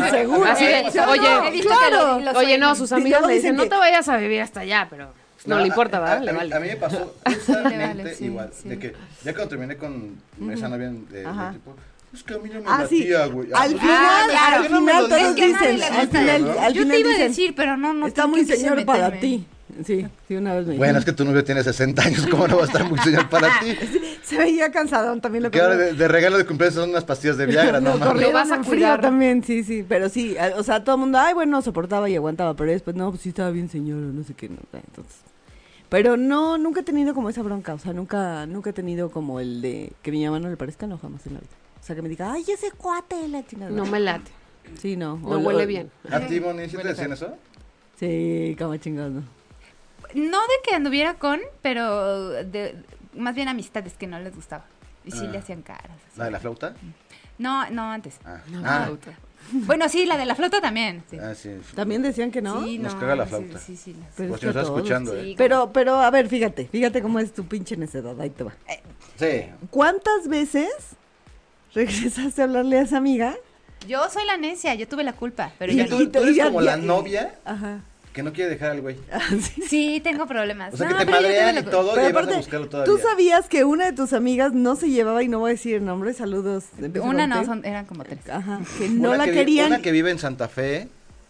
vayas.
Seguro.
Así de,
Sí, no,
oye,
he visto que
claro.
lo- lo
Oye, no,
suenan.
sus
Y
amigos
luego
le dicen,
dicen
no
que-
te vayas a vivir hasta allá, pero pues, no,
a-
le importa,
a-
¿verdad?
a-
Le
a mí-
vale.
A mí me pasó justamente
sí,
igual.
sí.
De que ya cuando terminé con esa novia de, de
Ajá.
tipo, es que a mí no me
Ah, sí.
latía, güey. Ah,
Al
pues,
final,
Ah, claro.
al final
Es
todos
que a nadie
dicen,
le
al
gusta,
final,
¿no?
al
Yo te
final
iba a
dicen,
decir, pero no, no.
está
tú
muy
quisiste
señor para
meterme.
ti. Sí, sí, una vez me
Bueno,
dijeron.
es que tu novio tiene 60 años, ¿cómo no va a estar muy señor para ti?
Se veía cansadón también lo
Que ahora de, de regalo de cumpleaños son unas pastillas de Viagra, no
Lo
mames.
Lo
corrieron
vas a
en frío
cuidar.
también, sí, sí. Pero sí, a- o sea, todo el mundo, ay, bueno, soportaba y aguantaba, pero después, no, pues sí estaba bien señor, o no sé qué, no, entonces. Pero no, nunca he tenido como esa bronca, o sea, nunca, nunca he tenido como el de que mi mamá no le parezca, no, jamás en la vida. O sea, que me diga, ay, ese cuate, la chingada.
No me late,
Sí, no.
no
o-
huele
o-
bien.
¿A ti, Moni, sí te decían eso?
Sí, como chingados, no.
No de que anduviera con, pero de, más bien amistades que no les gustaba. Y
Ah.
sí le hacían caras. así.
¿La de la flauta?
No, no, antes.
Ah, ah,
Bueno, sí, la de la flauta también. Sí,
ah, sí.
También decían que no.
Sí,
Nos
no,
caga la
sí,
flauta.
Sí, sí, las-
Pero
Pues
es
si
que
nos estás
todos,
escuchando,
sí.
¿eh?
Pero, pero, a ver, fíjate, fíjate cómo es tu pinche necedad, ahí te va.
Sí.
¿Cuántas veces regresaste a hablarle a esa amiga?
Yo soy la necia, yo tuve la culpa. Pero
Y
yo
tú,
no.
tú eres
y ya-
como
ya-
la novia
Ajá.
que no quiere dejar al güey.
Sí, tengo problemas.
O sea,
No,
que te
pero yo tuve
madrean
la
y
cul-
todo
Ah, Pero
y vas a
aparte,
buscarlo todavía.
¿Tú sabías que una de tus amigas no se llevaba y no voy a decir el nombre? Saludos. empiezo
Una
con
no,
T.
son, eran como tres.
Ajá. Que no
Una
la
que vi-
querían.
Una que vive en Santa Fe,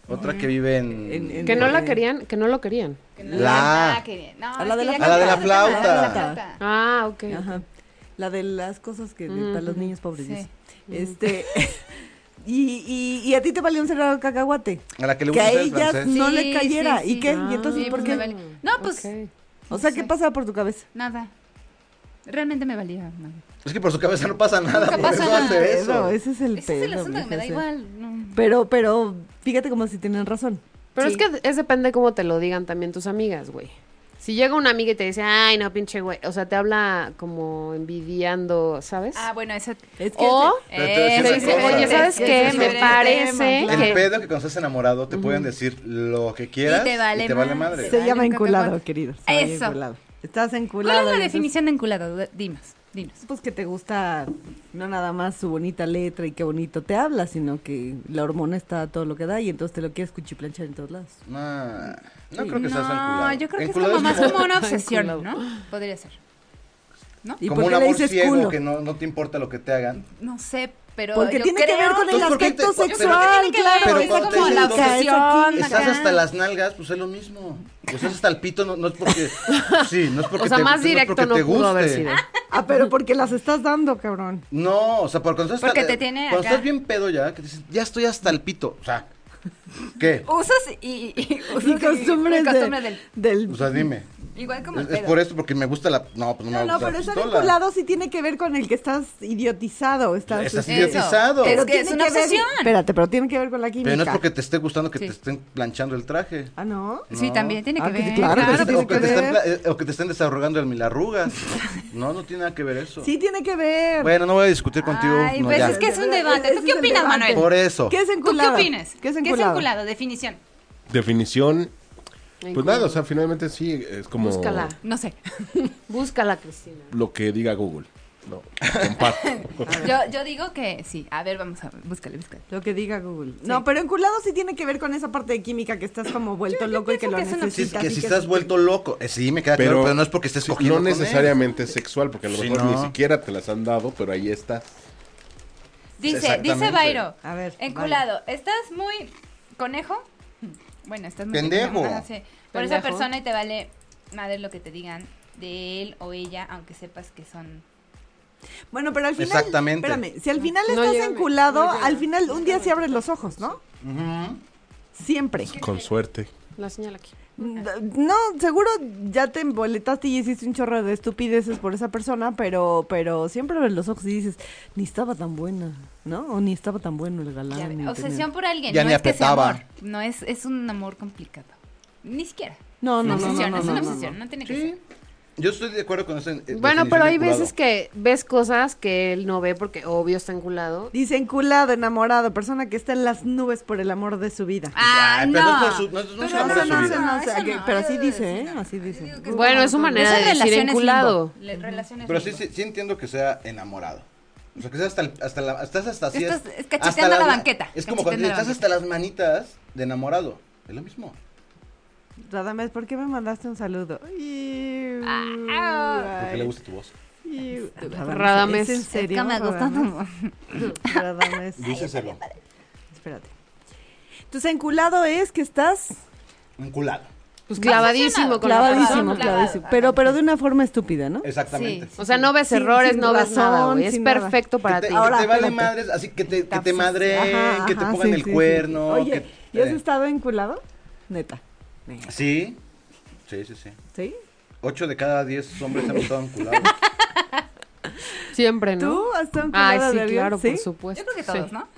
otra que vive en...
En- en-
Que no la querían, que no lo querían.
La.
Ah, qué bien. No,
A la
es
de la
que ya
flauta. A la de la
cantaba, a de la
flauta.
flauta.
Ah, ok.
Ajá. La de las cosas que de- para los niños pobres.
Sí.
dice. Este. y, y, y a ti te valió un cerrado cacahuate.
A la que le
Que
gusta
a
el
ellas
francés.
no
Sí,
le cayera.
sí, sí.
¿Y qué?
Ah.
¿Y entonces
Sí,
por
pues
qué?
me valió. No, pues
Ok.
O sea, ¿qué
Sí.
pasaba por tu cabeza?
nada. Realmente me valía. nada.
Es que por su cabeza no pasa nada,
Nunca
por
pasa
eso
nada.
hace
Pero
eso.
ese es el
Ese es el
pedo,
asunto que me da
mija, sí.
igual. no.
Pero, pero, fíjate como si tienen razón.
Pero es que es depende cómo te lo digan también tus amigas, güey. Si llega una amiga y te dice, ay, no, pinche güey, o sea, te habla como envidiando, ¿sabes?
Ah, bueno, eso.
Es que
o
Pero te voy a decir
Eso
te
una
es
dice,
cosa.
oye, ¿sabes
es
qué?
que
Me
es
parece
diferente,
El
que...
pedo que cuando estás enamorado te pueden decir lo que quieras
Y te vale madre.
madre.
se
Ay,
llama
nunca te
enculado,
acuerdas.
querido. se llama
Eso.
enculado. Estás enculado.
¿Cuál es la
y entonces,
definición de enculado? Dinos, dinos.
Pues que te gusta no nada más su bonita letra y qué bonito te habla, sino que la hormona está a todo lo que da y entonces te lo quieres cuchiplanchar en todos lados.
No, no creo que seas
No,
enculado.
yo creo que es
Enculado
como más como una obsesión,
Enculado.
¿no? Ah, Podría ser.
¿Y
como
por
un
qué le
amor
dices
ciego
culo?
que no, no te importa lo que te hagan.
No sé, pero.
Porque
yo
tiene
creo-
que ver con el
Entonces, ¿por qué
aspecto
te- por- pero-
sexual,
Tiene que ver,
claro.
pero
es
cuando
como
te
la
dicen,
loca, es
obsesión.
aquí.
Estás
acá.
hasta las nalgas, pues es lo mismo. Pues es hasta el pito, no, no es porque. Sí, no es porque
O sea,
te,
más
no es
directo
porque
no
te
pudo haber
guste.
sido.
Ah, pero porque las estás dando, cabrón.
No, o sea, por cuando estás,
Porque
hasta-
te tiene
cuando
acá.
estás bien pedo ya, que dices, ya estoy hasta el pito. O sea, ¿qué?
Usas y. y- y- usas
Y costumbres,
y costumbres
del...
del.
O sea, dime.
Igual como el
Es, es
pedo.
por esto, porque me gusta la. No, pues
No,
no, me
no,
gusta
pero
la
estar
pistola.
enculado sí tiene que ver con el que estás idiotizado. Estás, este,
Estás
Eso.
idiotizado.
Es
Pero
que es
tiene
una
que ver-
obsesión.
Espérate, pero tiene que ver con la química.
Pero no es porque te esté gustando que
Sí.
te estén planchando el traje.
Ah, ¿no?
Sí,
No.
también tiene
Ah,
que
que-
ver.
claro que sí
O que
tiene que
te estén
ver.
pla- eh, o que te estén desarrogando el milarrugas. No, no tiene nada que ver eso.
Sí tiene que ver.
Bueno, no voy a discutir contigo.
Ay,
no,
pues
ya.
es que es un
Ese
debate.
es
¿Tú qué
el
opinas,
debate.
Manuel?
Por eso.
¿Qué es
¿Tú qué
enculado?
opinas?
¿Qué es enculado?
Definición.
Definición, Pues nada, o sea, finalmente sí, es como
Búscala.
No sé.
Búscala, Cristina.
lo que diga Google. No, comparte.
Yo, yo digo que sí. A ver, vamos a ver. Búscale, búscale.
Lo que diga Google. No, pero enculado sí tiene que ver con esa parte de química que estás como vuelto loco y que lo
que es una-
Sí, es
necesitas.
que
y
si
que-
estás vuelto loco. eh, sí, me queda
Pero-
claro, pero no es porque estés
Sí,
cogiendo.
no
con él.
necesariamente sexual, porque a lo
Sí,
mejor
no.
ni siquiera te las han dado, pero ahí está.
Dice,
Exactamente.
dice Bairo.
A ver,
Enculado, ¿estás muy conejo? Bueno, estás muy
Pendejo.
pequeño, ajá, sí, Por
Pendejo.
esa persona y te vale madre lo que te digan de él o ella, aunque sepas que son.
Bueno, pero al final.
Exactamente.
Espérame, si al final
No
estás
llega,
enculado,
no llega.
al final un día sí abres los ojos, ¿no? Siempre.
Con suerte.
La señal aquí.
No, seguro ya te emboletaste y hiciste un chorro de estupideces por esa persona, pero, pero siempre abres los ojos y dices, ni estaba tan buena, ¿no? O ni estaba tan bueno el galán.
ya
ni
ve,
tenía-
obsesión por alguien.
Ya
no
ni
es que sea
apretaba.
amor. No es, es un amor complicado. Ni siquiera.
No, no,
Una
no, no,
obsesión,
no,
es
no,
una
no,
obsesión, no, tiene que ser.
Yo estoy de acuerdo con eh, eso.
Bueno, pero hay veces que ves cosas que él no ve porque obvio está enculado.
Dice enculado, enamorado, persona que está en las nubes por el amor de su vida.
Ah,
pero no es
no.
por su- no es- no es
Pero
amor de su vida.
no, o sea,
eso
que-
no,
pero
yo
así
digo
dice,
que
¿eh?
sí, no.
Así
Yo
dice.
digo que es
Bueno,
como-
es una manera
Esas
de decir
relaciones
enculado.
limbo, le- relaciones
Pero sí,
limbo.
sí, sí entiendo que sea enamorado. O sea, que sea hasta, el- hasta la, estás hasta así.
Estás
es-
cacheteando
hasta
la
las-
banqueta,
Es como cuando
cacheteando la
estás hasta las manitas de enamorado. Es lo mismo.
Radamés, ¿por qué me mandaste un saludo? Iu,
Ah,
Porque le
ay,
gusta tu voz.
iu.
Radamés.
¿Es en
Es
serio?
que me gusta
Radamés?
tu-
Radamés. eh,
Díseselo.
Espérate. Entonces, enculado es que estás
Enculado.
Pues clavadísimo con la
clavadísimo,
persona.
clavadísimo. Pero, pero de una forma estúpida, ¿no?
Exactamente.
O sea, no ves
Sin-
errores,
sin
no ves nada,
razón,
güey. Es
sin nada.
perfecto para
que te,
ti.
y que
Ahora,
te vale
espérate.
madres, así que te, que te
Capsis.
madreen,
Ajá,
que te
ajá,
pongan
sí,
el
sí, sí.
cuerno.
Oye,
que-
¿y has
eh,
estado enculado? Neta. Neta.
Sí. Sí, sí, sí.
¿Sí?
Ocho de cada diez hombres han estado enculados.
Siempre, ¿no?
¿Tú has estado
Ay,
enculado
sí,
de avión?
claro,
¿Sí?
por supuesto.
Yo creo que todos,
Pues Sí.
¿no?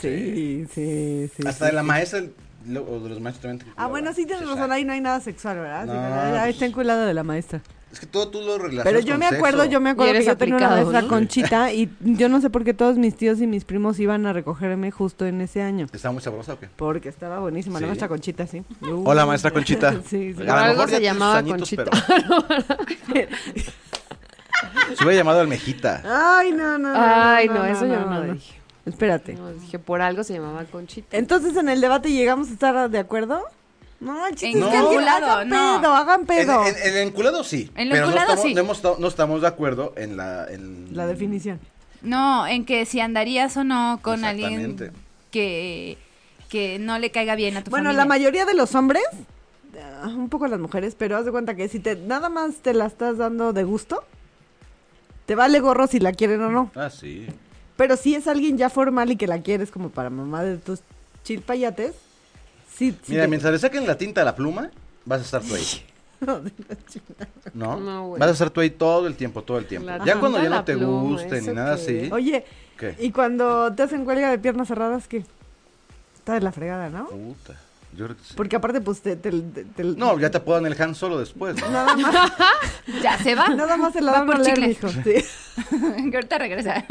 Sí, sí, sí. sí.
Hasta de la maestra lo- o de los maestros también. te
Ah,
enculaban.
bueno, sí tienes
O sea,
razón, ahí no hay nada sexual, ¿verdad? Sí,
No,
¿verdad? Ah,
pues-
está enculado de la maestra.
Es que todo tú lo relacionas
Pero yo
con
me acuerdo,
sexo.
yo me acuerdo
Y
que
eres
yo tenía una
aplicado,
maestra
¿no?
conchita y yo no sé por qué todos mis tíos y mis primos iban a recogerme justo en ese año.
¿Está muy sabrosa o qué?
Porque estaba buenísima la
Sí.
maestra conchita, sí.
Hola, maestra Conchita.
Sí, sí.
A lo
Por algo
mejor ya
se
tiene
llamaba
sus añitos,
Conchita.
pero- Se hubiera llamado Almejita.
Ay, no, no. no,
Ay, no, eso yo no
no.
dije.
Espérate.
No, dije, por algo se llamaba Conchita.
Entonces, en el debate llegamos a estar de acuerdo. No, el chiste es que alguien-
Enculado,
hagan
no.
pedo, hagan
En,
pedo.
en- en el enculado sí.
En el
pero
enculado
no estamos,
sí.
No, hemos estado- no estamos de acuerdo en la. en-
La definición.
No, en que si andarías o no con alguien
Exactamente.
que, que no le caiga bien a tu
Bueno,
familia.
la mayoría de los hombres, ah, un poco las mujeres, pero haz de cuenta que si te nada más te la estás dando de gusto, te vale gorro si la quieren o no.
Ah, sí.
Pero si es alguien ya formal y que la quieres como para mamá de tus chilpayates, sí, sí
Mira,
te-
mientras le saquen la tinta a la pluma, vas a estar tú ahí. ¿No?
No, güey.
vas a estar tú ahí todo el tiempo, todo el tiempo.
La
ya
tinta
cuando
a
ya
la
no te
pluma,
guste ni
¿eso
nada
qué?
así.
Oye,
¿Qué?
y cuando te hacen cuelga de piernas cerradas, ¿qué? Está de la fregada, ¿no?
Puta. Yo creo que sí.
Porque aparte, pues, te... te- te- te-
No, ya te apodan el Han solo después. ¿no?
Nada más,
Ya se va.
nada más se la
Va
dan a
por
oler,
chicle.
mijo. Sí.
que ahorita regresa.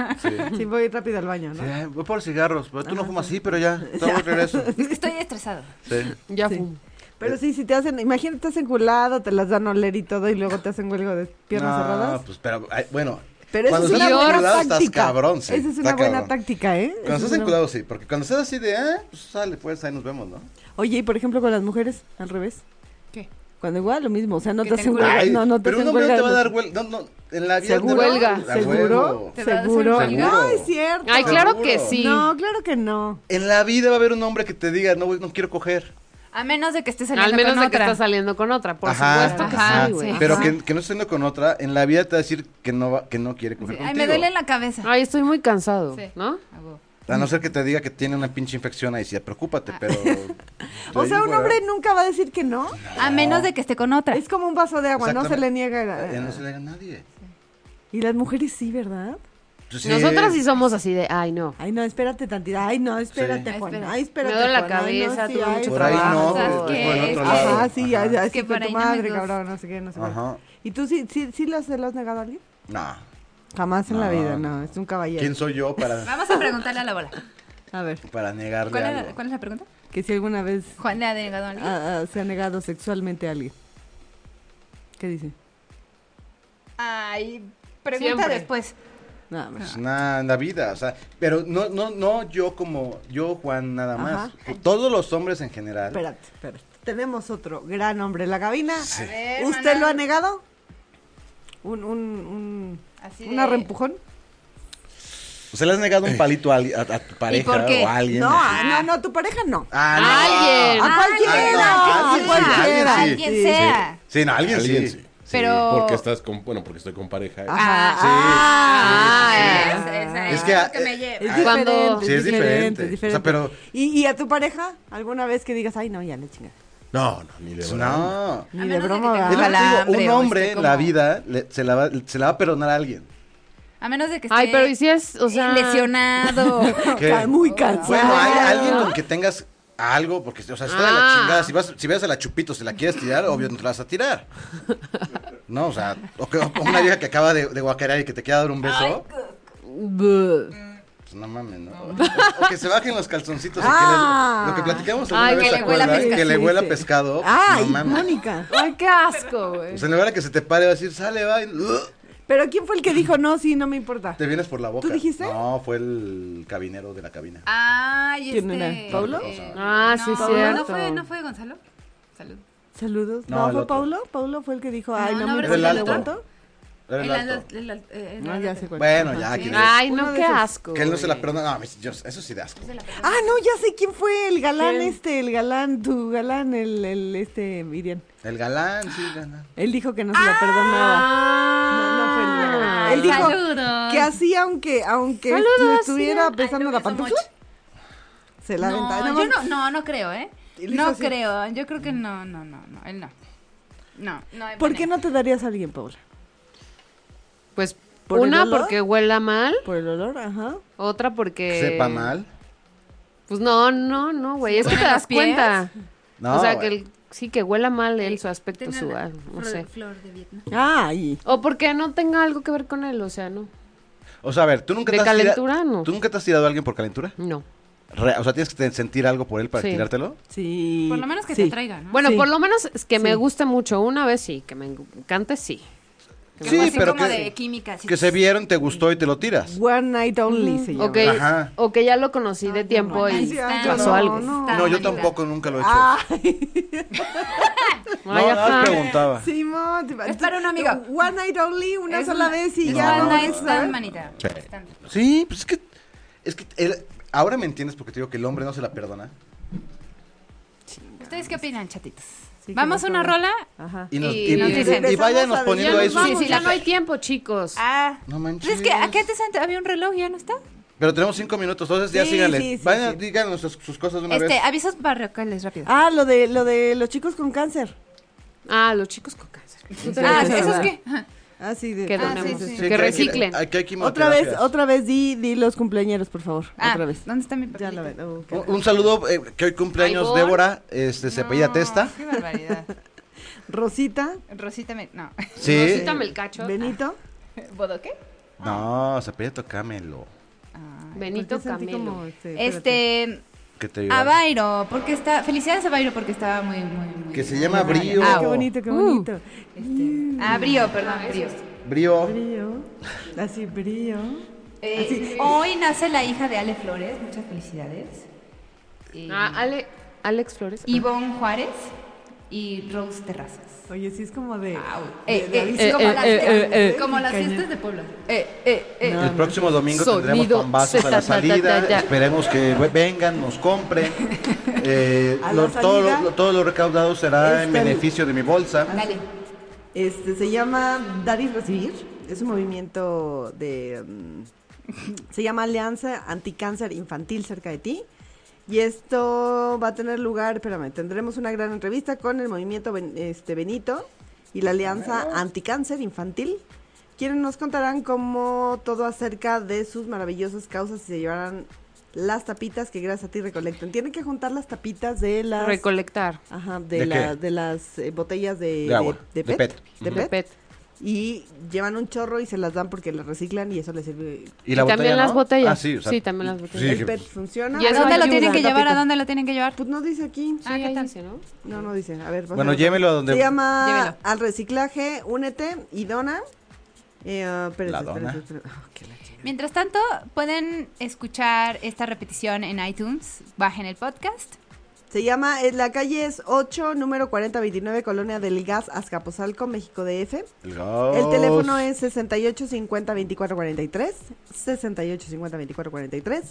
Sí, voy rápido al baño,
Sí,
¿no?
ay, Eh, voy por cigarros. Pero tú no fumas así, pero ya. Todo regreso.
Es que estoy estresado.
Sí.
Ya
Sí.
fumo.
Eh,
Pero sí, si te hacen... Imagínate, te hacen culado, te las dan a oler y todo, y luego te hacen cuelga de piernas
No,
cerradas.
pues, pero, ay, bueno.
Pero esa es
cuando
una
estás
buena
enculado,
táctica.
estás cabrón, sí,
Esa es
está
una buena
cabrón.
táctica, ¿eh? Esa es
Cuando estás
una-
enculado, sí. Porque cuando estás así de, ah, pues sale, pues ahí nos vemos, ¿no?
Oye, y por ejemplo, con las mujeres, al revés.
¿Qué?
Cuando igual, lo mismo. O sea, no
Que
te
te
hacen
encuelgan.
cuelga. No, no te
pero
hacen
un hombre no
cuelga.
te va a
no-
dar huelga. No, no, en la vida.
¿Seguro?
te va a
Huelga.
dar- a
¿Seguro?
huevo.
¿Te va a hacer
¿Seguro?
huelga?
No, es cierto.
Ay, claro que
Seguro.
sí.
No, claro que no.
En la vida va a haber un hombre que te diga, no, güey, no quiero coger.
A menos de que estés saliendo
Al menos
con
de que
otra.
estás saliendo con otra, por supuesto que
ajá.
sí, güey.
Pero que, que no esté siendo con otra, en la vida te va a decir que no, va- que no quiere coger
Sí.
contigo.
Ay, me duele la cabeza.
Ay, estoy muy cansado,
Sí.
¿no?
A huevo.
A no ser que te diga que tiene una pinche infección ahí, sí, preocúpate, pero...
Ah.
tú
O
ahí
sea, un
fuera,
hombre nunca va a decir que no.
A menos de que esté con otra.
Es como un vaso de agua, no se
Exactamente.
le niega. la-
eh,
Ah.
No se le diga a nadie.
Y las mujeres sí, ¿verdad?
Pues
Nosotras sí somos así de, ay, no.
Ay, no, espérate tantito. Ay, no, espérate,
Sí.
Juan.
Espera.
Ay, espérate.
Me duele la
Juan. Ay, no,
cabeza,
sí,
tuve
ay,
mucho
Por ahí
trabajo.
no,
¿sabes
pues,
qué?
por el otro
Es-
lado.
Ajá, sí, ya, ya,
Es
sí,
que
con
por
tu
ahí no me
madre,
dos.
cabrón, no sé qué, no sé
Ajá.
qué. ¿Y tú sí, sí, sí las- se lo has negado a alguien?
No.
Jamás en la
No.
vida, no, es un caballero.
¿Quién soy yo para...?
Vamos a preguntarle a la bola.
A ver,
para negarle
¿Cuál,
algo.
era- cuál es la pregunta?
que si alguna vez
Juan le ha negado a alguien.
ah, ah, se ha negado sexualmente a alguien. ¿Qué dice?
Ay, pregunta
Siempre.
después.
Nada más.
Pues nada, en la vida, o sea, pero no, no, no yo como, yo Juan nada más, todos los hombres en general.
Espérate, espérate. Tenemos otro gran hombre en la cabina.
Sí.
ver,
¿Usted lo ha
Manuel.
negado? ¿Un, un, un,
Así
un
de-
arrempujón?
O sea, le has negado
Eh.
un palito a, ali- a- a tu pareja
por qué?
o a alguien.
No,
así.
ah, no, no, tu pareja no.
Ah, no.
Alguien.
A cualquiera,
Ah,
a
no,
cualquiera.
alguien
Quien sea.
Sí, no, alguien,
Alguien
sí.
sí.
Pero-
Porque estás con, bueno, porque estoy con pareja.
Ajá.
Ah,
Ah,
Esa- esa
Es
es
que,
la
ah,
que me lleva.
Es
Ah,
diferente,
cuando-
Sí, es diferente.
es
O sea, pero-
¿Y, y a tu pareja? ¿Alguna vez que digas, ay, no, ya le chingada?
No, no, ni de
Pues
broma.
no.
Ni
A
de
menos de que
broma,
te
¿verdad?
Es lo que te digo,
Calambre,
un
o
hombre
esté
en la
como-
vida le- se, la va, se la va a perdonar a alguien.
A menos de que esté
Ay, pero ¿y si es, o
eh,
sea,
lesionado.
¿Qué?
Ca- Muy cansado.
Bueno, hay alguien con que tengas algo, porque, o sea, está de la
Ah.
chingada. Si, vas, si ves a la chupito, si la quieres tirar, obvio no te la vas a tirar. No, o sea, o, que- o una vieja que acaba de, de guacarear y que te quiera dar un beso,
Buh.
pues no mames, ¿no? O, o que se bajen los calzoncitos y
Ah.
que les- lo que platicamos
Ay,
alguna
que
vez,
le
¿se
huela
acuerdan?
pescado.
Que le huela
Sí, sí.
pescado.
Ay,
no mames.
Mónica.
Ay, qué asco, güey.
O sea, en lugar de que se te pare, va a decir, sale, va, y, "Ugh",
¿Pero quién fue el que dijo, no, sí, no me importa?
te vienes por la boca.
¿Tú dijiste?
No, fue el cabinero de la cabina.
Ay, este.
¿Quién era? ¿Paulo?
eh,
Ah, sí,
no,
cierto.
No fue, no fue Gonzalo. Salud.
Saludos.
No,
¿No,
el
fue
otro.
Paulo? ¿Paulo fue el que dijo, ay,
No,
no,
no,
me
pero
importa,
el
le
alto.
aguanto?
Era el alto.
alto- el alto- eh, el
No,
alto.
ya sé cuál.
Bueno,
Ajá.
ya,
sí.
¿quién es?
Ay,
Uno
no,
de
qué
esos.
asco.
Que él no se la
güey.
perdona. No, mis- yo- eso sí da asco.
Ah, no, ya sé quién fue el galán,
¿Quién?
este, el galán, tu galán, el, el, este, Miriam.
El galán, sí, galán.
Él dijo que no se la perdonaba.
Ah.
No, no fue el galán. Él dijo
Ah, saludos.
que así, aunque, aunque
Saludos,
estuviera
Ay,
besando
lo
la
beso
pantufla,
mucho.
se la
No,
aventaba.
yo no, no, no creo, ¿eh?
Y le hizo
No
así.
creo. Yo creo que no, no, no, no. Él no. No, no. hay
¿Por qué
manera.
no te darías a alguien, Paula?
Pues
¿Por el
una
olor?
porque huela mal,
Por el olor, ajá.
otra porque
Sepa mal.
Pues no, no, no, güey, es que te
huele a
das
pies.
cuenta.
No,
o sea,
güey.
que el- sí que huela mal él su aspecto
Tenga
su algo, no
flor-
sé.
Flor de Vietnam.
Ay,
O porque no tenga algo que ver con él, o sea, no.
O sea, a ver, tú nunca
¿De
te has tira-
calentura? No.
¿Tú nunca te has tirado a alguien por calentura?
No.
Re- o sea, tienes que te- sentir algo por él para
Sí.
tirártelo.
sí.
Por lo menos que
sí.
te traiga, ¿no?
Bueno,
Sí.
por lo menos es que me
Sí.
guste mucho una vez sí, que me encante sí.
Que
Sí,
fue así
pero
como
que-
de química. así.
Que se vieron, te gustó y te lo tiras.
One night only
Mm,
se llama.
O que,
Ajá.
o que ya lo conocí de tiempo
pues.
Ay,
y
sí, ay,
pasó
no,
algo.
no. Ah,
No, yo
Ay,
tampoco nunca lo he hecho.
Ay,
no,
Ay,
nada
ajá.
más preguntaba.
Simón. te-
Es para un amigo.
One night only, una
Es
sola
una-
vez y
es
ya.
One
no
night
vas a
stand,
ver.
manita. Stand.
Sí, pues es que. Es que el- ahora me entiendes porque te digo que el hombre no se la perdona.
¿Ustedes qué opinan, chatitos?
Sí,
Vamos
que Ah,
a una
nos-
rola.
Ajá.
Y, nos,
Y-
y,
nos
y-
dicen,
y váyanos
"Regresamos a
poniendo
decir,
ahí
nos
sus.
Sí,
vamos,
sí, ya no hay tiempo, chicos.
Ah.
No manches.
Es que ¿a qué te sent- había un reloj? ¿Ya no está?
Pero tenemos cinco minutos, entonces ya
Sí,
síganle.
sí, sí,
Vayan,
sí.
díganos sus, sus cosas de una
Este,
vez.
avisos parroquiales rápido.
Ah, lo de, lo de los chicos con cáncer.
Ah, los chicos con cáncer.
Ah,
sí,
¿eso es
verdad.
qué?
Ah, sí, de.
Que
Ah, sí,
donemos.
sí, sí.
Sí,
que
hay-
reciclen.
hay- que hay
Otra vez,
quimioterapias.
otra vez di, di los cumpleañeros, por favor.
Ah,
otra vez.
¿Dónde está mi papel?
Ya la ven. oh, qué
Un, un saludo eh, que hoy
Ay,
cumpleaños
Gor.
Débora, este se apellida Testa.
Qué barbaridad.
Rosita, eh,
Rosita me... No.
Sí.
Rosítame el cacho.
Benito.
Ah,
¿Bodoque?
No, se apellida Tocámelo.
Benito
¿Por qué sentí
Camelo.
como, este, espérate?
Este...
Que te
A Bairo, porque está... Felicidades a Bairo porque estaba muy, muy, muy...
Que se llama Brío.
Ah, qué bonito, qué bonito.
Uh.
Este,
Este, ah, Brío, perdón, Brío.
Brío.
Brío. Así, brío.
Eh,
Así.
hoy nace la hija de Ale Flores, muchas felicidades. Y
Ah, Ale- Alex Flores.
Ivonne Juárez y Rose Terrazas.
Oye, sí es como de.
Eh, eh,
eh,
como,
eh,
las,
eh, eh, eh.
como las fiestas de Puebla. Eh, eh, eh.
El próximo domingo
Sonido.
tendremos pambazos a la
Ta, ta, ta,
salida.
ta, ta.
Esperemos que ve- vengan, nos compren. Eh,
A la
lo- todo,
salida.
lo, todo lo recaudado será
Es
en
del-
beneficio de mi bolsa.
Dale.
Este se llama Dar y Recibir. Es un movimiento de. mm, se llama Alianza Anticáncer Infantil Cerca de Ti. Y esto va a tener lugar, espérame, tendremos una gran entrevista con el movimiento Ben- este, Benito y la Alianza Anticáncer Infantil, quienes nos contarán cómo todo acerca de sus maravillosas causas y se llevarán las tapitas que gracias a ti recolectan. Tienen que juntar las tapitas de las...
Recolectar.
Ajá, de,
¿De
la-
qué?
de las eh, botellas de,
De agua, de
de
PET.
PET. de
De
PET.
pet.
y llevan un chorro y se las dan porque las reciclan y eso les sirve.
Y la
Y
botella,
también las
¿no?
botellas.
Ah, sí, o sea,
sí, también las
Sí,
botellas.
el
que-
PET funciona.
Y
¿A
eso
dónde lo
ayuda,
tienen que llevar? ¿A
Tapita.
dónde lo tienen que llevar?
Pues no dice aquí.
Ah, ¿qué
ahí
tal?
dice, ¿no?
No, no dice. A ver,
Bueno,
vamos a-
llévelo a donde.
Se llama
Llévelo.
Al Reciclaje, Únete y Dona. Eh, ah, espérate,
La
espérate,
dona.
espérate. Ah, qué la chingada.
Mientras tanto, pueden escuchar esta repetición en iTunes. Bajen el podcast.
Se llama, eh, la calle es 8, número 4029, Colonia del Gas, Azcapotzalco, México DF.
El,
El
gas.
teléfono es 6850-2443. 6850-2443.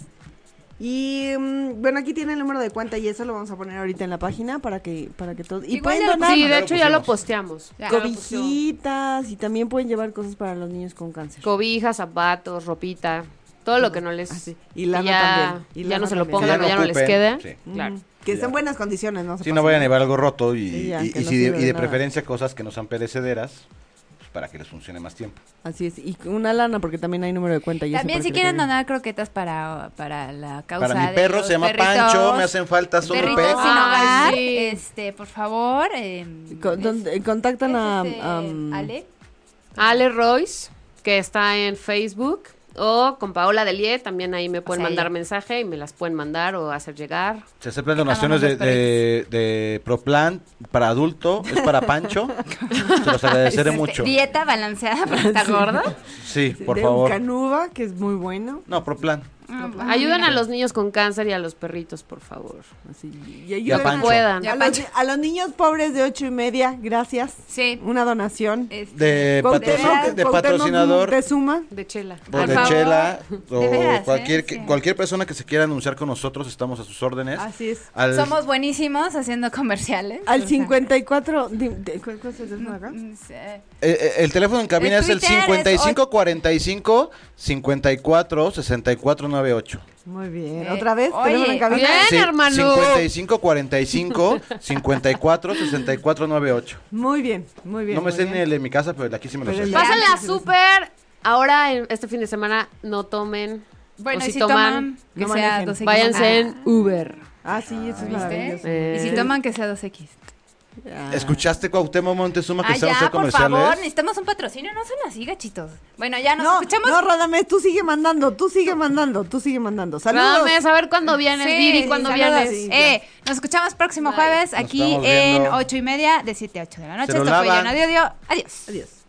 Y mm, bueno, aquí tiene el número de cuenta y eso lo vamos a poner ahorita en la página para que, para que todos... Y
Igual
pueden
ya lo
donar
Sí,
Ya
de
lo
hecho ya lo
pusimos.
posteamos.
Ya.
cobijitas y también pueden llevar cosas para los niños con cáncer.
Cobijas, zapatos, ropita, todo lo que no les...
Ah, sí. Y lana
ya,
también. Y
ya
lana
no se lo
también.
pongan,
Ya
ya
no
no, les
ocupen,
quede.
sí.
Claro.
Que esté en buenas condiciones, ¿no? se
Si no
pasen.
vayan a llevar algo roto y,
Sí, ya,
y,
que
y
no
si de,
sirve
y
de
de
nada.
preferencia cosas que no sean perecederas pues, para que les funcione más tiempo.
Así es. Y una lana, porque también hay número de cuenta. Y eso
También
para
si
que
quieren
tengan.
donar croquetas para, para la causa
para mi
de
perro
eh, los
se llama
perritos,
Pancho, me hacen falta solo
Perritos
pe.
sin
Ay,
hogar,
sí.
este, por favor. eh,
Con- don- eh, contactan
es
a,
este,
a, um,
Ale.
Ale Royce, que está en Facebook, o con Paola Delie, también ahí me
Pues
pueden
sea,
mandar
ella.
mensaje y me las pueden mandar o hacer llegar.
Se aceptan donaciones de,
Amamos los
de, de Proplan para adulto, es para Pancho. Se los agradeceré
Este,
mucho.
Dieta balanceada para esta gorda.
Sí, por
de
favor.
Canuba, que es muy bueno.
No, Proplan.
Ah,
Ayuden
mira.
a los niños con cáncer y a los perritos, por favor.
Así. Y
Ya
ayudan
Que
Pancho.
puedan.
a, los, a los niños pobres de ocho y media, gracias.
Sí.
Una donación.
Este,
De,
Cuauhtémoc-
patrocin- de
Cuauhtémoc
patrocinador.
Te suma.
De chela.
Por
Al
de
favor.
chela o
De veras, ¿eh?
cualquier,
Sí.
cualquier persona que se quiera anunciar con nosotros, estamos a sus órdenes.
Así es.
Al-
Somos buenísimos haciendo comerciales. o
Al
sea,
54. di- de- ¿Cuál cuál es el teléfono acá?
mm, sí.
eh, eh, el teléfono en cabina
El
es el
Twitter es
55 45 54 64 98.
Muy bien.
Eh,
Otra vez,
oye,
teléfono en cabina.
Bien, hermano.
55 45 54 64 98.
Muy bien, muy bien.
No me
muy
sé ni
bien.
el de mi casa, pero el de aquí sí me lo
Pero
sé.
el de-
Pásenla
Sí, sí, sí.
súper. Ahora, en- este fin de semana, no tomen.
Bueno,
O
y
si
si toman,
toman,
que
no
sea
manejen.
2X.
Váyanse en Uber.
Ah, sí, eso es maravilloso.
¿Viste? Y si
Eh.
toman, que sea 2X.
Ah.
¿Escuchaste Cuauhtémoc Montezuma que
Ah,
está
ya,
usted
por
comerciales?
favor, necesitamos un patrocinio. No son así, gachitos. Bueno, ya nos
No,
escuchamos.
no, Radamés, tú sigue mandando, tú sigue mandando, tú sigue mandando. Saludos.
Dame a saber cuándo vienes,
Sí,
Viri, cuándo
saludos.
vienes.
Sí, ya.
Eh, nos escuchamos próximo jueves aquí
estamos
en
viendo.
8 y media de 7 a 8 de la noche.
Se lo
Esto fue
lavan.
Yona Diodio. Adiós.
Adiós.